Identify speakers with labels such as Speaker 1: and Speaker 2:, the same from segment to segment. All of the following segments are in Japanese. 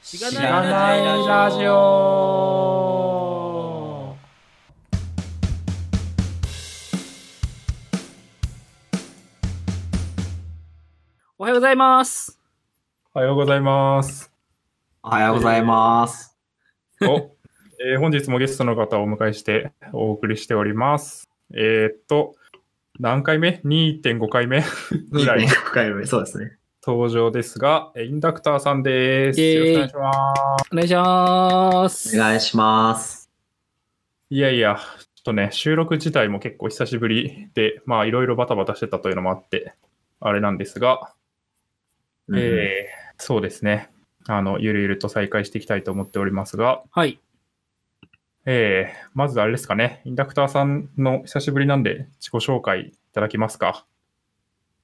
Speaker 1: しが
Speaker 2: 知
Speaker 1: な
Speaker 2: ら
Speaker 1: い
Speaker 2: ないラジオ
Speaker 1: おはようございます。
Speaker 2: おはようございます。
Speaker 3: おはようございます。
Speaker 2: お、えー本日もゲストの方をお迎えしてお送りしております。えーっと、何回目 ?2.5 回 目ぐらい
Speaker 3: 2.5回目、そうですね。
Speaker 2: 登場ですが、えーインダクターさんです。
Speaker 1: イエーイ
Speaker 2: よろしくお願いします。
Speaker 1: お願いします。
Speaker 3: お願いします。
Speaker 2: いやいや、ちょっとね、収録自体も結構久しぶりで、まあいろいろバタバタしてたというのもあって、あれなんですが、
Speaker 3: うん
Speaker 2: えーそうですね。あの、ゆるゆると再開していきたいと思っておりますが、
Speaker 1: はい。
Speaker 2: えーまずあれですかね、インダクターさんの久しぶりなんで自己紹介いただけますか。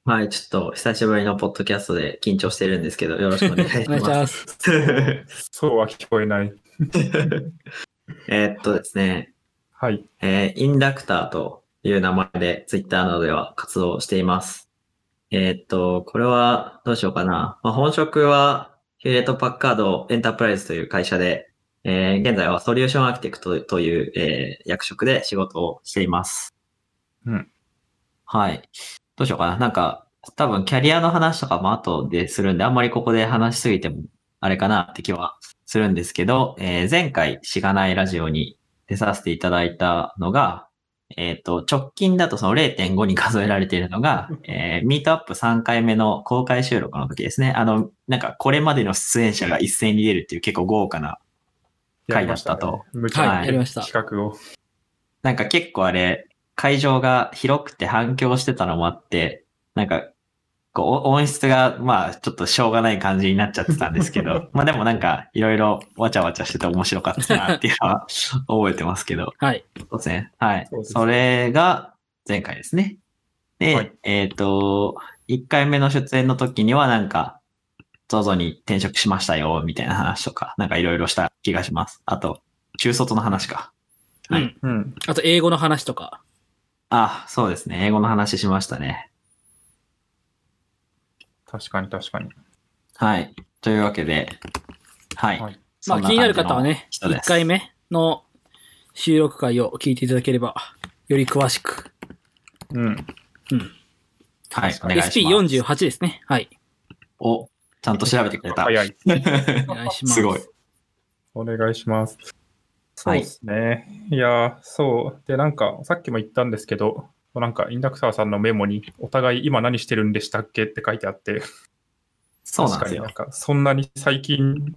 Speaker 3: はい、ちょっと久しぶりのポッドキャストで緊張してるんですけど、よろしくお願いし
Speaker 1: お願いし
Speaker 3: ま。
Speaker 1: ますす。
Speaker 2: そうは聞こえない。
Speaker 3: えーっとですね、
Speaker 2: はい。
Speaker 3: えーインダクターという名前で Twitter などでは活動しています。えーっと、これはどうしようかな。まあ、本職はヒューレット・パッカードエンタープライズという会社で、えー現在はソリューションアーキテクトという、えー役職で仕事をしています。
Speaker 2: うん。
Speaker 3: はい。どうしようかな。なんか、多分キャリアの話とかも後でするんで、あんまりここで話しすぎてもあれかなって気はするんですけど、えー前回しがないラジオに出させていただいたのが、えっ、と、直近だとその0.5に数えられているの が、えー、ミートアップ3回目の公開収録の時ですね。あの、なんかこれまでの出演者が一斉に出るっていう結構豪華な、
Speaker 2: やりました
Speaker 3: 回だったと
Speaker 2: 無
Speaker 1: はい
Speaker 3: は、い
Speaker 1: やりました。
Speaker 2: 企画を。
Speaker 3: なんか結構あれ、会場が広くて反響してたのもあって、なんか、こう、お音質が、まあ、ちょっとしょうがない感じになっちゃってたんですけ ど、まあでもなんか、いろいろわちゃわちゃしてて面白かったなっていうのは覚えてますけど。
Speaker 1: はい。
Speaker 3: そうですね。はい。
Speaker 2: そう
Speaker 3: そ
Speaker 2: ですね
Speaker 3: れが前回ですね。で、
Speaker 2: はい
Speaker 3: えっ、と、1回目の出演の時にはなんか、ZOZO に転職しましたよ、みたいな話とか、なんかいろいろした気がします。あと、中卒の話か。はい
Speaker 1: うん。
Speaker 2: うん。
Speaker 1: あと、英語の話とか。
Speaker 3: あ、そうですね。英語の話しましたね。
Speaker 2: 確かに確かに。
Speaker 3: はい。というわけで、はい。
Speaker 2: はい
Speaker 1: まあ、気になる方はね、
Speaker 3: そんな感じの人で
Speaker 1: 1
Speaker 3: す
Speaker 1: 回目の収録回を聞いていただければ、より詳しく。
Speaker 2: うん。
Speaker 1: う
Speaker 3: は
Speaker 1: ん。
Speaker 3: い、お願いします。
Speaker 1: SP48 ですね。はい。
Speaker 3: をちゃんと調べてくれた。
Speaker 2: 早い。
Speaker 1: お願いし ます。
Speaker 3: すごい。。
Speaker 2: お願いします。そ
Speaker 3: は
Speaker 2: うで
Speaker 3: い。
Speaker 2: すね。いやー、そう。で、なんか、さっきも言ったんですけど、なんか、インダクターさんのメモに、お互い今何してるんでしたっけって書いてあって、
Speaker 3: そうなん
Speaker 2: 確
Speaker 3: です
Speaker 2: かにな
Speaker 3: よ
Speaker 2: ん。か、そんなに最近、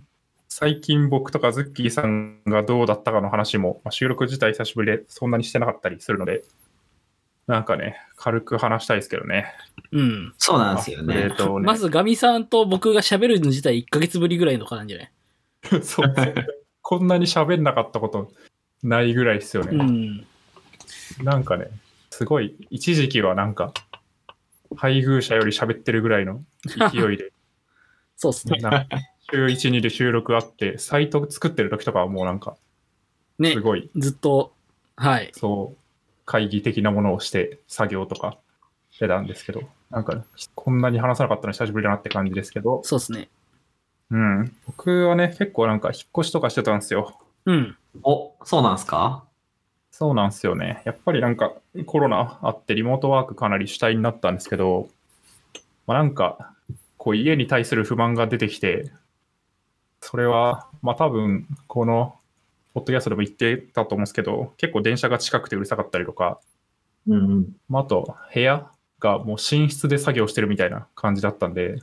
Speaker 2: 最近僕とかズッキーさんがどうだったかの話も、まあ、収録自体久しぶりでそんなにしてなかったりするので、なんかね、軽く話したいですけどね。
Speaker 1: うん。
Speaker 3: そうなんですよ
Speaker 2: まあえ
Speaker 3: ね
Speaker 2: ー。とね
Speaker 1: まず、ガミさんと僕が喋るの自体1ヶ月ぶりぐらいのかなんじゃない
Speaker 2: そうこんなに喋んなかったことないぐらいですよね。
Speaker 1: うん。
Speaker 2: なんかね、すごい、一時期はなんか、配偶者より喋ってるぐらいの勢 いで、
Speaker 1: そうですね。
Speaker 2: なんか週1、2で収録あって、サイト作ってる時とかはもうなんか、
Speaker 1: ね
Speaker 2: す。ごい、
Speaker 1: ずっと、はい。
Speaker 2: そう、会議的なものをして、作業とかしてたんですけど、なんか、こんなに話さなかったの久しぶりだなって感じですけど、
Speaker 1: そうですね。
Speaker 2: うん。僕はね、結構なんか、引っ越しとかしてたんですよ。
Speaker 1: うん。
Speaker 3: お、そうなんですか
Speaker 2: そうなんですよね。やっぱりなんかコロナあってリモートワークかなり主体になったんですけど、まあ、なんかこう家に対する不満が出てきて、それはまあ多分このポッドキャストでも言ってたと思うんですけど、結構電車が近くてうるさかったりとか、
Speaker 3: うんうん。
Speaker 2: まあ、あと部屋がもう寝室で作業してるみたいな感じだったんで、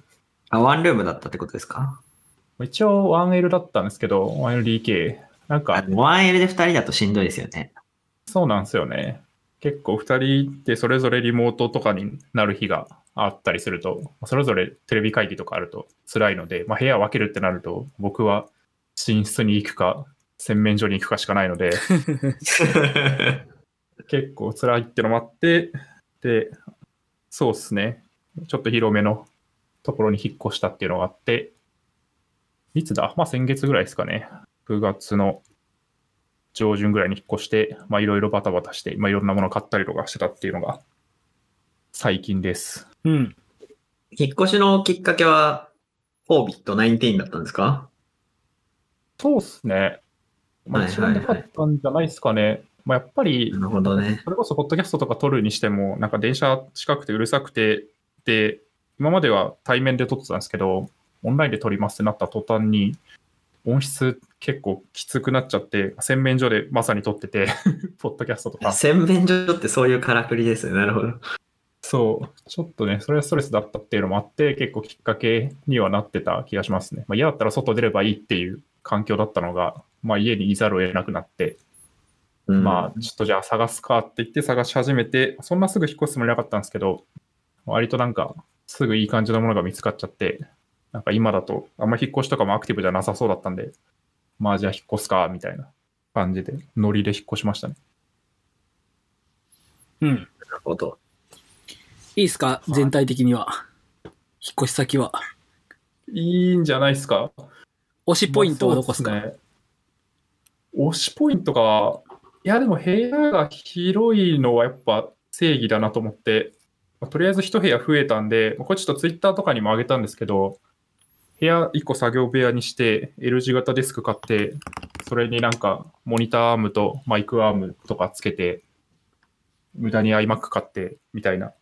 Speaker 3: あ、ワンルームだったってことですか
Speaker 2: 一応 1L だったんですけど、1LDK。なん
Speaker 3: あ
Speaker 2: か
Speaker 3: でも 1L で2人だとしんどいですよね。
Speaker 2: そうなんですよね。結構2人でそれぞれリモートとかになる日があったりすると、それぞれテレビ会議とかあると辛いので、まあ、部屋を分けるってなると、僕は寝室に行くか、洗面所に行くかしかないので、結構辛いってのもあって、で、そうっすね。ちょっと広めのところに引っ越したっていうのがあって、いつだまあ先月ぐらいですかね。9月の上旬ぐらいに引っ越して、まあいろいろバタバタして、まあいろんなもの買ったりとかしてたっていうのが最近です。
Speaker 1: うん。
Speaker 3: 引っ越しのきっかけは、オービット19だったんですか
Speaker 2: そうですね。まあ、
Speaker 3: はい
Speaker 2: 一
Speaker 3: はいはい
Speaker 2: 番でかったんじゃないですかね。まあ、やっぱり
Speaker 3: な、るほどね。
Speaker 2: それこそ、ポッドキャストとか撮るにしても、なんか電車近くてうるさくて、で、今までは対面で撮ってたんですけど、オンラインで撮りますってなった途端に、音質結構きつくなっちゃって、洗面所でまさに撮って て、ポッドキャストとか。
Speaker 3: 洗面所ってそういうからくりですね。なるほど。
Speaker 2: そう、ちょっとね、それはストレスだったっていうのもあって、結構きっかけにはなってた気がしますね。まあ、嫌だったら外出ればいいっていう環境だったのが、まあ、家にいざるを得なくなって、まあ、ちょっとじゃあ探すかって言って探し始めて、そんなすぐ引っ越すつもりなかったんですけど、割となんか、すぐいい感じのものが見つかっちゃって、なんか今だと、あんま引っ越しとかもアクティブじゃなさそうだったんで、まあじゃあ引っ越すか、みたいな感じで、ノリで引っ越しましたね。
Speaker 1: うん。
Speaker 3: あ、なるほど。
Speaker 1: いいっすか
Speaker 2: い
Speaker 1: 全体的には。引っ越し先は。
Speaker 2: いいんじゃないですか
Speaker 1: 推しポイントはどこっす
Speaker 2: まあ
Speaker 1: か
Speaker 2: そうですね、推しポイントが、いや、でも部屋が広いのはやっぱ正義だなと思って、まあとりあえず一部屋増えたんで、まあこれちょっとツイッターとかにも上げたんですけど、部屋1個作業部屋にして、L 字型デスク買って、それになんかモニターアームとマイクアームとかつけて、無駄に iMac 買ってみたいな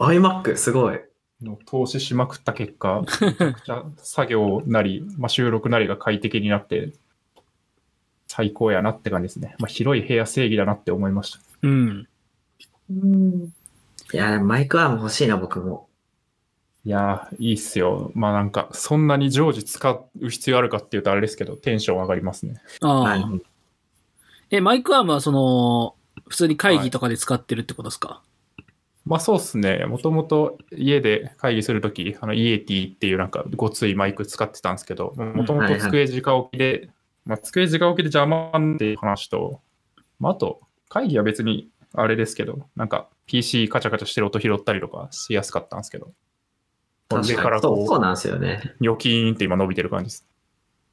Speaker 3: iMac、すごい。
Speaker 2: の投資しまくった結果、めちゃくちゃ作業なり、まあ、収録なりが快適になって、最高やなって感じですね。まあ、広い部屋正義だなって思いました。
Speaker 1: うん。
Speaker 3: いや、マイクアーム欲しいな、僕も。
Speaker 2: いやー、いいっすよ。まあなんか、そんなに常時使う必要あるかっていうとあれですけど、テンション上がりますね。
Speaker 1: ああ、
Speaker 3: はい。
Speaker 1: え、マイクアームはその、普通に会議とかで使ってるってことですか、
Speaker 2: まあそうっすね。もともと家で会議するとき、あの、イエティっていうなんかごついマイク使ってたんですけど、もともと机直置きで、まあ机直置きで邪魔なんていう話と、まああと、会議は別にあれですけど、なんか PC カチャカチャしてる音拾ったりとかしやすかったんですけど、
Speaker 3: 確
Speaker 2: 上か
Speaker 3: かに
Speaker 2: ら
Speaker 3: そうそう
Speaker 2: こ
Speaker 3: なんですよね。
Speaker 2: う、ニョキーンって今伸びてる感じです。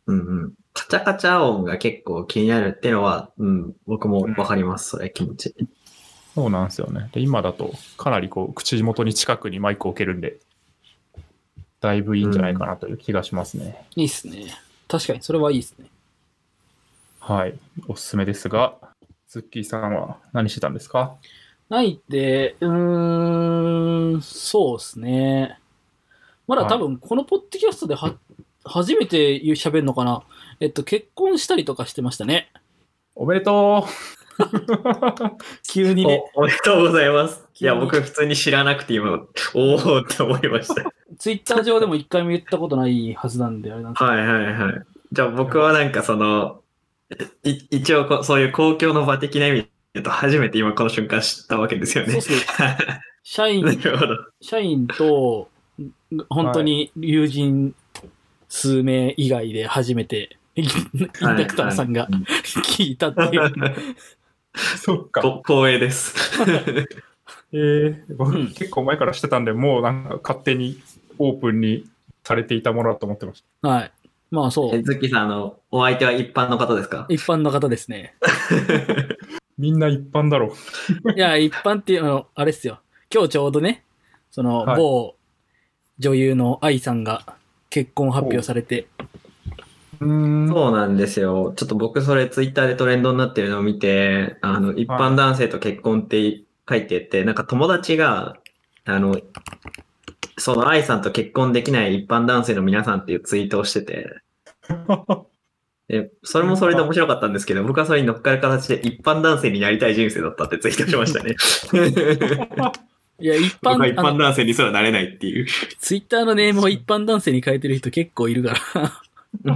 Speaker 3: うんうん。カチャカチャ音が結構気になるっていうのは、うん、僕もわかります、それ気持ち。
Speaker 2: そうなんですよね。で、今だとかなりこう、口元に近くにマイクを置けるんで、だいぶいいんじゃないかなという気がしますね。
Speaker 1: いいっすね。確かに、それはいいっすね。
Speaker 2: はい、おすすめですが、ズッキーさんは何してたんですか
Speaker 1: ないって、うーん、そうっすね。まだ多分、このポッドキャストでは、初めて言う喋るのかな。えっと、結婚したりとかしてましたね。
Speaker 2: おめでと
Speaker 1: 急にね。
Speaker 3: おおめでとうございます。いや、
Speaker 1: 急に
Speaker 3: 僕普通に知らなくて今、おおって思いました。
Speaker 1: ツイッター上でも一回も言ったことないはずなんで、あれなんです
Speaker 3: はいはいはい。じゃあ僕はなんかその、い一応こうそういう公共の場的な意味で言うと初めて今この瞬間知ったわけですよ
Speaker 1: そう
Speaker 3: ね
Speaker 1: っ。すね 社
Speaker 3: な
Speaker 1: 員、
Speaker 3: るほど。
Speaker 1: 社員と、本当に友人数名以外で初めて、イン
Speaker 3: はい
Speaker 1: ダクターさんが
Speaker 3: はい
Speaker 1: 聞いたっていう。
Speaker 2: う そっか。
Speaker 3: こ光栄 です。
Speaker 2: えー、僕、
Speaker 1: うん
Speaker 2: 結構前からしてたんで、もうなんか勝手にオープンにされていたものだと思ってまし
Speaker 1: はい。まあそ
Speaker 3: え
Speaker 1: う。
Speaker 3: ズッキーさん、あの、お相手は一般の方ですか
Speaker 1: 一般の方ですね。
Speaker 2: た。みんな一般だろう。
Speaker 1: いや、一般っていうの、あれっすよ。今日ちょうどね、その、
Speaker 2: はい
Speaker 1: 某女優の愛さんが結婚発表されて、
Speaker 2: うーん。
Speaker 3: そうなんですよ。ちょっと僕それツイッターでトレンドになってるのを見て、あの、一般男性と結婚って書いてて、なんか友達が、あの、その愛さんと結婚できない一般男性の皆さんっていうツイートをしてて、で、それもそれで面白かったんですけど、僕はそれに乗っかる形で一般男性になりたい人生だったってツイートしましたね。
Speaker 1: いや、一般
Speaker 3: 僕は一、
Speaker 1: あ
Speaker 3: 般
Speaker 1: の、
Speaker 3: 男性にすらなれないっていう。
Speaker 1: ツイッターのネームを一般男性に変えてる人結構いるから。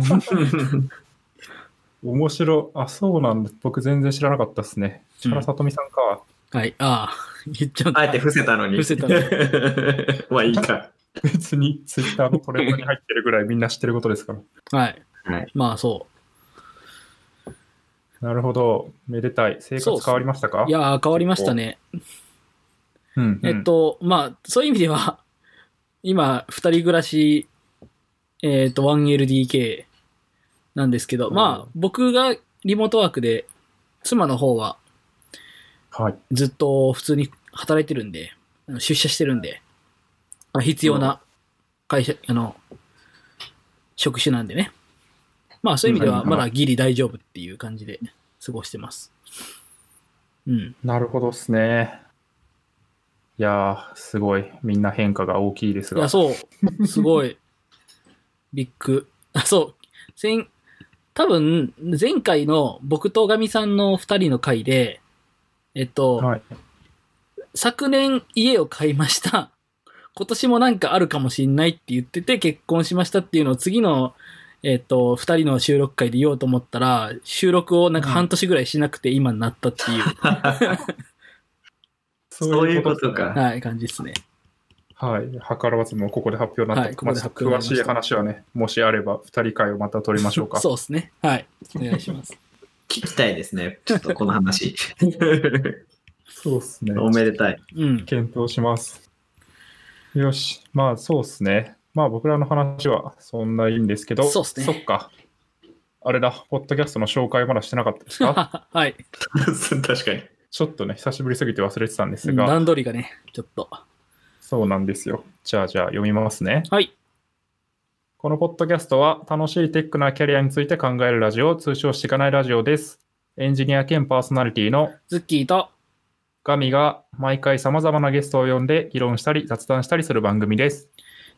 Speaker 2: 面白い。あ、そうなんだ。僕全然知らなかったですね。
Speaker 1: うん
Speaker 2: 原さとみさんか。
Speaker 1: はい、ああ、言っちゃうんだ
Speaker 3: あえて伏せたのに。
Speaker 1: 伏せたの
Speaker 3: の まあいいか。
Speaker 2: 別にツイッターのトレンドに入ってるぐらいみんな知ってることですから。
Speaker 1: はい。
Speaker 3: はい
Speaker 1: まあそ
Speaker 2: なるほど。めでたい。生
Speaker 1: そうっ
Speaker 2: 活
Speaker 1: す
Speaker 2: 変わりましたか
Speaker 1: う。い、やー、変わりましたね。
Speaker 2: うんうん
Speaker 1: えっと、まあ、そういう意味では、今、二人暮らし、えっ、と、1LDK なんですけど、まあ、僕がリモートワークで、妻の方は
Speaker 2: はい。
Speaker 1: ずっと普通に働いてるんで、あの出社してるんで、あ必要な会社、あの、職種なんでね。まあそういう意味では
Speaker 2: うん
Speaker 1: まだギリ大丈夫っていう感じで過ごしてます。うん。
Speaker 2: なるほどですね。いやー、すごい。みんな変化が大きいです
Speaker 1: いや、
Speaker 2: が。
Speaker 1: そう。すごい。ビッグ。あ、そう。先、多分、前回の僕とガミさんの二人の回で、えっと、
Speaker 2: はい。
Speaker 1: 昨年家を買いました。 今年もなんかあるかもしんないって言ってて結婚しましたっていうのを次の、えっ、と、二人の収録会で言おうと思ったら、収録をなんか半年ぐらいしなくて今になったって いう、
Speaker 3: そういうこと
Speaker 2: ですね
Speaker 3: か。
Speaker 1: はい、感じですね。
Speaker 2: はい。計らずもここで発表になった。
Speaker 1: はいここで発表になり
Speaker 2: まあ
Speaker 1: まし
Speaker 2: 詳
Speaker 1: た
Speaker 2: しい話はね、もしあれば、二人会をまた取りましょうか。
Speaker 1: そうですね。はい。お願いします。
Speaker 3: 聞きたいですね。ちょっとこの話。
Speaker 2: そうですね
Speaker 3: おめでたい。
Speaker 1: うん。
Speaker 2: 検討します。よし。まあ、そうですね。まあ、僕らの話はそんないいんですけど、
Speaker 1: そうっすね
Speaker 2: そっか。あれだ、ポッドキャストの紹介まだしてなかったで すか
Speaker 1: はい。
Speaker 3: 確かに。
Speaker 2: ちょっとね、久しぶりすぎて忘れてたんですが、
Speaker 1: 段取りがね、ちょっと。
Speaker 2: そうなんですよ。じゃあ、じゃあ、読みますね。
Speaker 1: はい。
Speaker 2: このポッドキャストは楽しいテックなキャリアについて考えるラジオ、通称しかないラジオです。エンジニア兼パーソナリティの
Speaker 1: ズッキーと、
Speaker 2: ガミが毎回様々なゲストを呼んで議論したり雑談したりする番組です。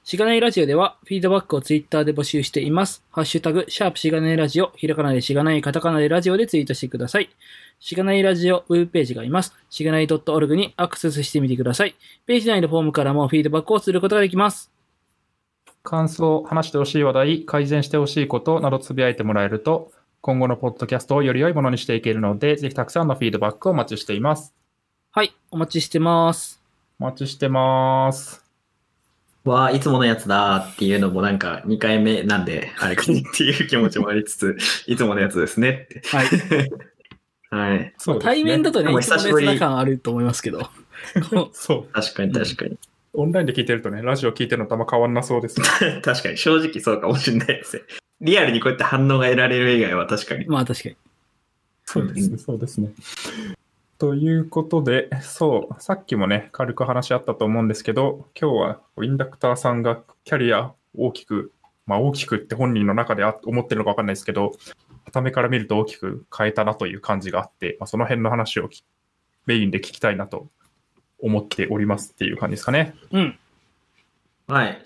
Speaker 1: しがないラジオでは、フィードバックをツイッターで募集しています。ハッシュタグ、シャープしがないラジオ、ひらがなでしがない、カタカナでラジオでツイートしてください。しがないラジオウェブページがあります。しがない .org にアクセスしてみてください。ページ内のフォームからもフィードバックをすることができます。
Speaker 2: 感想、話してほしい話題、改善してほしいことなどつぶやいてもらえると、今後のポッドキャストをより良いものにしていけるので、ぜひたくさんのフィードバックをお待ちしています。
Speaker 1: はい、お待ちしてます。
Speaker 2: お待ちしてます。
Speaker 3: わあ、いつものやつだーっていうのもなんか2回目なんで、あれかな っていう気持ちもありつつ、いつものやつですねって。 は
Speaker 1: はい。
Speaker 3: い。
Speaker 2: そうですね
Speaker 1: 対面だとね、
Speaker 3: でも
Speaker 1: いつも
Speaker 3: 久し
Speaker 1: の
Speaker 3: ぶり
Speaker 1: やつな感あると思いま すけど。こ
Speaker 2: そう。
Speaker 3: 確かに確かに。
Speaker 2: オンラインで聞いてるとね、ラジオ聞いてるのとあんま変わんなそうですね。
Speaker 3: 確かに、正直そうかもしれないですね。リアルにこうやって反応が得られる以外は確かに
Speaker 1: う。まあ確かに。
Speaker 2: そうですね、そうですね。ということで、そう、さっきもね、軽く話あったと思うんですけど、今日はインダクターさんがキャリア大きく、まあ大きくって本人の中であ思ってるのか分かんないですけど、片目から見ると大きく変えたなという感じがあって、まあ、その辺の話をきメインで聞きたいなと思っておりますっていう感じですかね。
Speaker 1: うん。
Speaker 3: はい。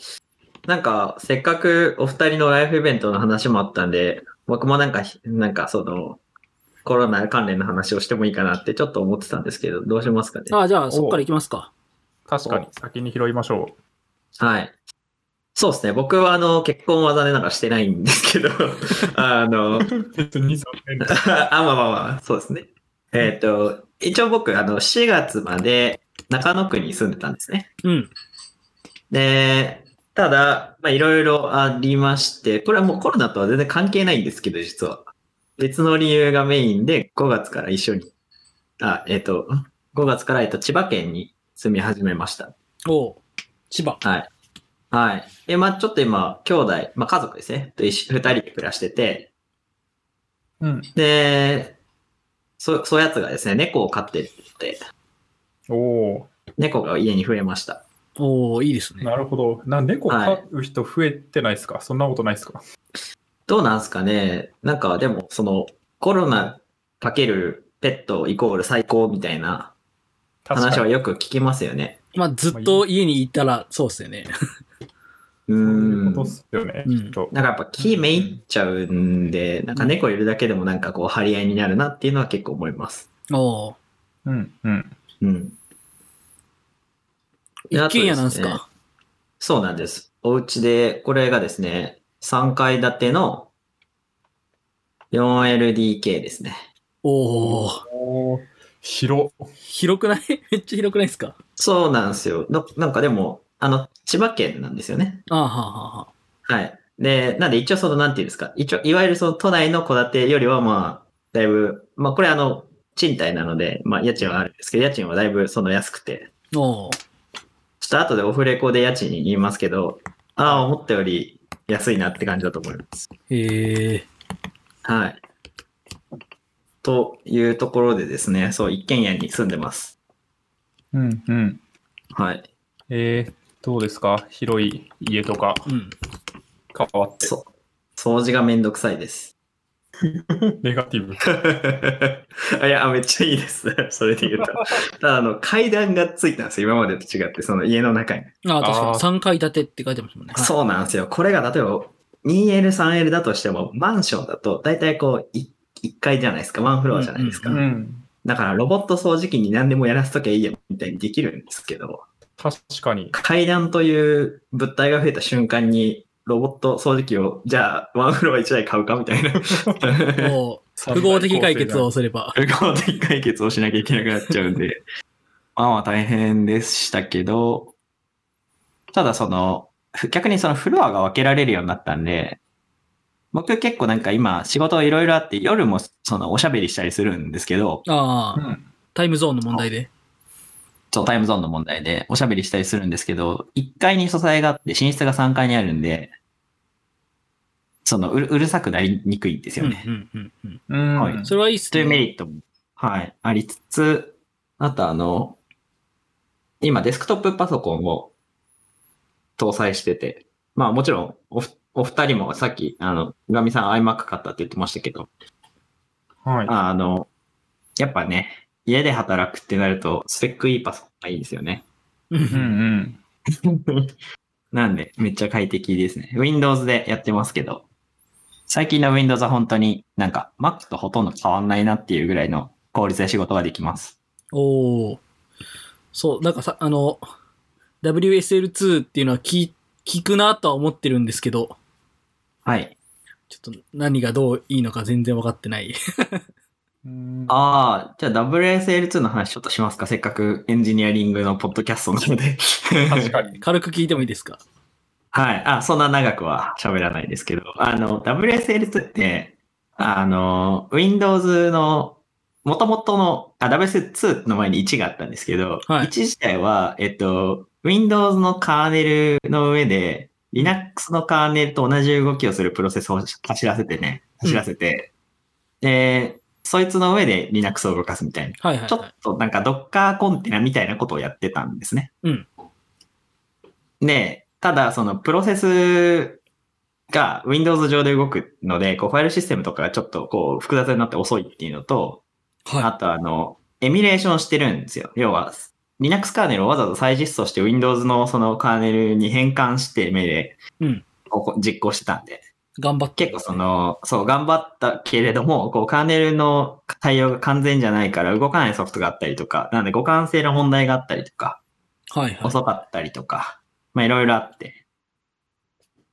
Speaker 3: なんか、せっかくお二人のライフイベントの話もあったんで、僕もなんか、なんかその、コロナ関連の話をしてもいいかなってちょっと思ってたんですけど、どうしますかね。
Speaker 1: ああ、じゃあそっから行きますか。
Speaker 2: 確かに、先に拾いましょ
Speaker 3: はい。そうですね。僕はあの、結婚は残念ながらしてないんですけど、あの、
Speaker 2: う。別に残念だ
Speaker 3: あ、まあまあまあ、そうですね。えっ、と、一応僕、あの、4月まで中野区に住んでたんですね。
Speaker 1: うん。
Speaker 3: で、ただ、まあ、いろいろありまして、これはもうコロナとは全然関係ないんですけど、実は。別の理由がメインで、5月から一緒に、あ、えっ、と、5月から、えっと、千葉県に住み始めました。
Speaker 1: おう千葉。
Speaker 3: はい。はい。え、まあちょっと今、兄弟、まあ家族ですね、と一緒二人で暮らしてて、
Speaker 2: うん。
Speaker 3: で、そ、そうやつがですね、猫を飼ってるって、
Speaker 2: おお
Speaker 3: 猫が家に増えました。
Speaker 1: おおいいですね。
Speaker 2: なるほど。な猫飼う人増えてないですか、そんなことないですか
Speaker 3: どうなんすかねなんかでも、その、コロナかけるペットイコール最高みたいな
Speaker 2: 確かに
Speaker 3: 話はよく聞きますよね。
Speaker 1: まあずっと家にいたらそうっすよね。
Speaker 3: う
Speaker 2: そうい
Speaker 3: ん。
Speaker 2: うことっすよね、
Speaker 1: うん
Speaker 2: きっと。
Speaker 3: なんかやっぱ木めいっちゃうんで、なんか猫いるだけでもなんかこう張り合いになるなっていうのは結構思います。
Speaker 1: おお
Speaker 2: うん、うん。
Speaker 3: うん。で
Speaker 1: 一軒家
Speaker 3: あとで
Speaker 1: なん
Speaker 3: す
Speaker 1: す
Speaker 3: ね
Speaker 1: か。
Speaker 3: そうなんです。お家で、これがですね、3階建ての 4LDK ですね。
Speaker 1: おお
Speaker 2: おー広。
Speaker 1: 広くない めっちゃ広くないですか
Speaker 3: そうなんですよ。ななんかでも、あの、千葉県なんですよね。
Speaker 1: ああ、はあ、はあはあ。
Speaker 3: はい。で、なんで一応その、なんていうんですか。一応、いわゆるその都内の戸建てよりは、まあ、だいぶ、まあ、これあの、賃貸なので、まあ、家賃はあるんですけど、家賃はだいぶその安くて。
Speaker 1: おお
Speaker 3: ちょっと後でオフレコで家賃に言いますけど、ああ、思ったより安いなって感じだと思います。
Speaker 1: へえ。
Speaker 3: はい。というところでですね、そう、一軒家に住んでます。
Speaker 2: うん、うん。
Speaker 3: はい。
Speaker 2: えー、どうですか広い家とか
Speaker 1: うん。
Speaker 2: 変わって。
Speaker 3: そう。
Speaker 4: 掃除がめんどくさいです。
Speaker 2: ネガティブ。
Speaker 4: あいや、めっちゃいいです。 それで言う と。ただ、あの、階段がついたんですよ。今までと違って、その家の中に。
Speaker 1: ああ、確か
Speaker 2: あ
Speaker 1: に。
Speaker 2: ー。
Speaker 1: 3階建てって書いてますもんね。はい
Speaker 4: そうなんですよ。これが例えば 2L、3L だとしても、マンションだと大体こう1、一階じゃないですか。ワンフロアじゃないですか。
Speaker 1: うん
Speaker 4: だからロボット掃除機に何でもやらせときゃいいやみたいにできるんですけど、
Speaker 2: 確かに。
Speaker 4: 階段という物体が増えた瞬間に、ロボット掃除機を、じゃあ、ワンフロア1台買うかみたいな。
Speaker 1: も う、複合的解決をすれば。
Speaker 3: 複合的解決をしなきゃいけなくなっちゃうんで、 まあまあ大変でしたけど、ただその、ふ逆にそのフロアが分けられるようになったんで、僕結構なんか今仕事いろいろあって夜もそのおしゃべりしたりするんですけど、
Speaker 1: あ
Speaker 2: う
Speaker 1: あ、
Speaker 2: ん。
Speaker 1: タイムゾーンの問題で。
Speaker 3: そうタイムゾーンの問題でおしゃべりしたりするんですけど、1階に素材があって寝室が3階にあるんで、そのうるうるさくなりにくいんです
Speaker 1: うん
Speaker 3: よ
Speaker 1: う
Speaker 3: ね。
Speaker 1: んうんうん。
Speaker 2: うん。
Speaker 3: はい
Speaker 1: それはいいっ
Speaker 3: と
Speaker 1: す
Speaker 3: いうメ
Speaker 1: ね。
Speaker 3: リットも、はい、ありつつ、あとあの、今デスクトップパソコンを搭載してて、まあもちろんおふ、お二人もさっき、あの、ガミさん iMac 買ったって言ってましたけど、
Speaker 2: はい。
Speaker 3: あの、やっぱね、家で働くってなると、スペックいいパソコンがいいですよね。
Speaker 1: うんう
Speaker 2: うんうんん。
Speaker 3: なんで、めっちゃ快適ですね。Windows でやってますけど、最近の Windows は本当になんか Mac とほとんど変わんないなっていうぐらいの効率で仕事ができます。
Speaker 1: おお。そう、なんかさ、あの、WSL2 っていうのは聞聞くなとは思ってるんですけど、
Speaker 3: はい。
Speaker 1: ちょっと何がどういいのか全然分かってない。
Speaker 2: うん
Speaker 3: ああ、じゃあ WSL2 の話ちょっとしますか。せっかくエンジニアリングのポッドキャストなので。
Speaker 2: 確かに。
Speaker 1: 軽く聞いてもいいですか
Speaker 3: はい。あ、そんな長くは喋らないですけど。あの、WSL2 って、あの、Windows の、元々の、あ、WSL2 の前に1があったんですけど、
Speaker 1: はい
Speaker 3: 1自体は、えっと、Windows のカーネルの上で、Linux のカーネルと同じ動きをするプロセスを走らせてね、走らせて、で、そいつの上で Linux を動かすみたいな。
Speaker 1: はいはい、
Speaker 3: ちょ
Speaker 1: は
Speaker 3: っとなんかドッカーコンテナみたいなことをやってたんですね。
Speaker 1: うん
Speaker 3: で、ただそのプロセスが Windows 上で動くので、こうファイルシステムとかがちょっとこう複雑になって遅いっていうのと、
Speaker 1: い。
Speaker 3: あ
Speaker 1: は
Speaker 3: とあの、エミュレーションしてるんですよ。要は、Linux カーネルをわざわざ再実装して Windows のそのカーネルに変換して命令
Speaker 1: うん
Speaker 3: を実行してたんで、
Speaker 1: い。頑張って。
Speaker 3: 結構その、そう、頑張ったけれども、こう、カーネルの対応が完全じゃないから動かないソフトがあったりとか、なんで互換性の問題があったりとか、
Speaker 1: はいはい。
Speaker 3: 遅かったりとか、まあいろいろあって、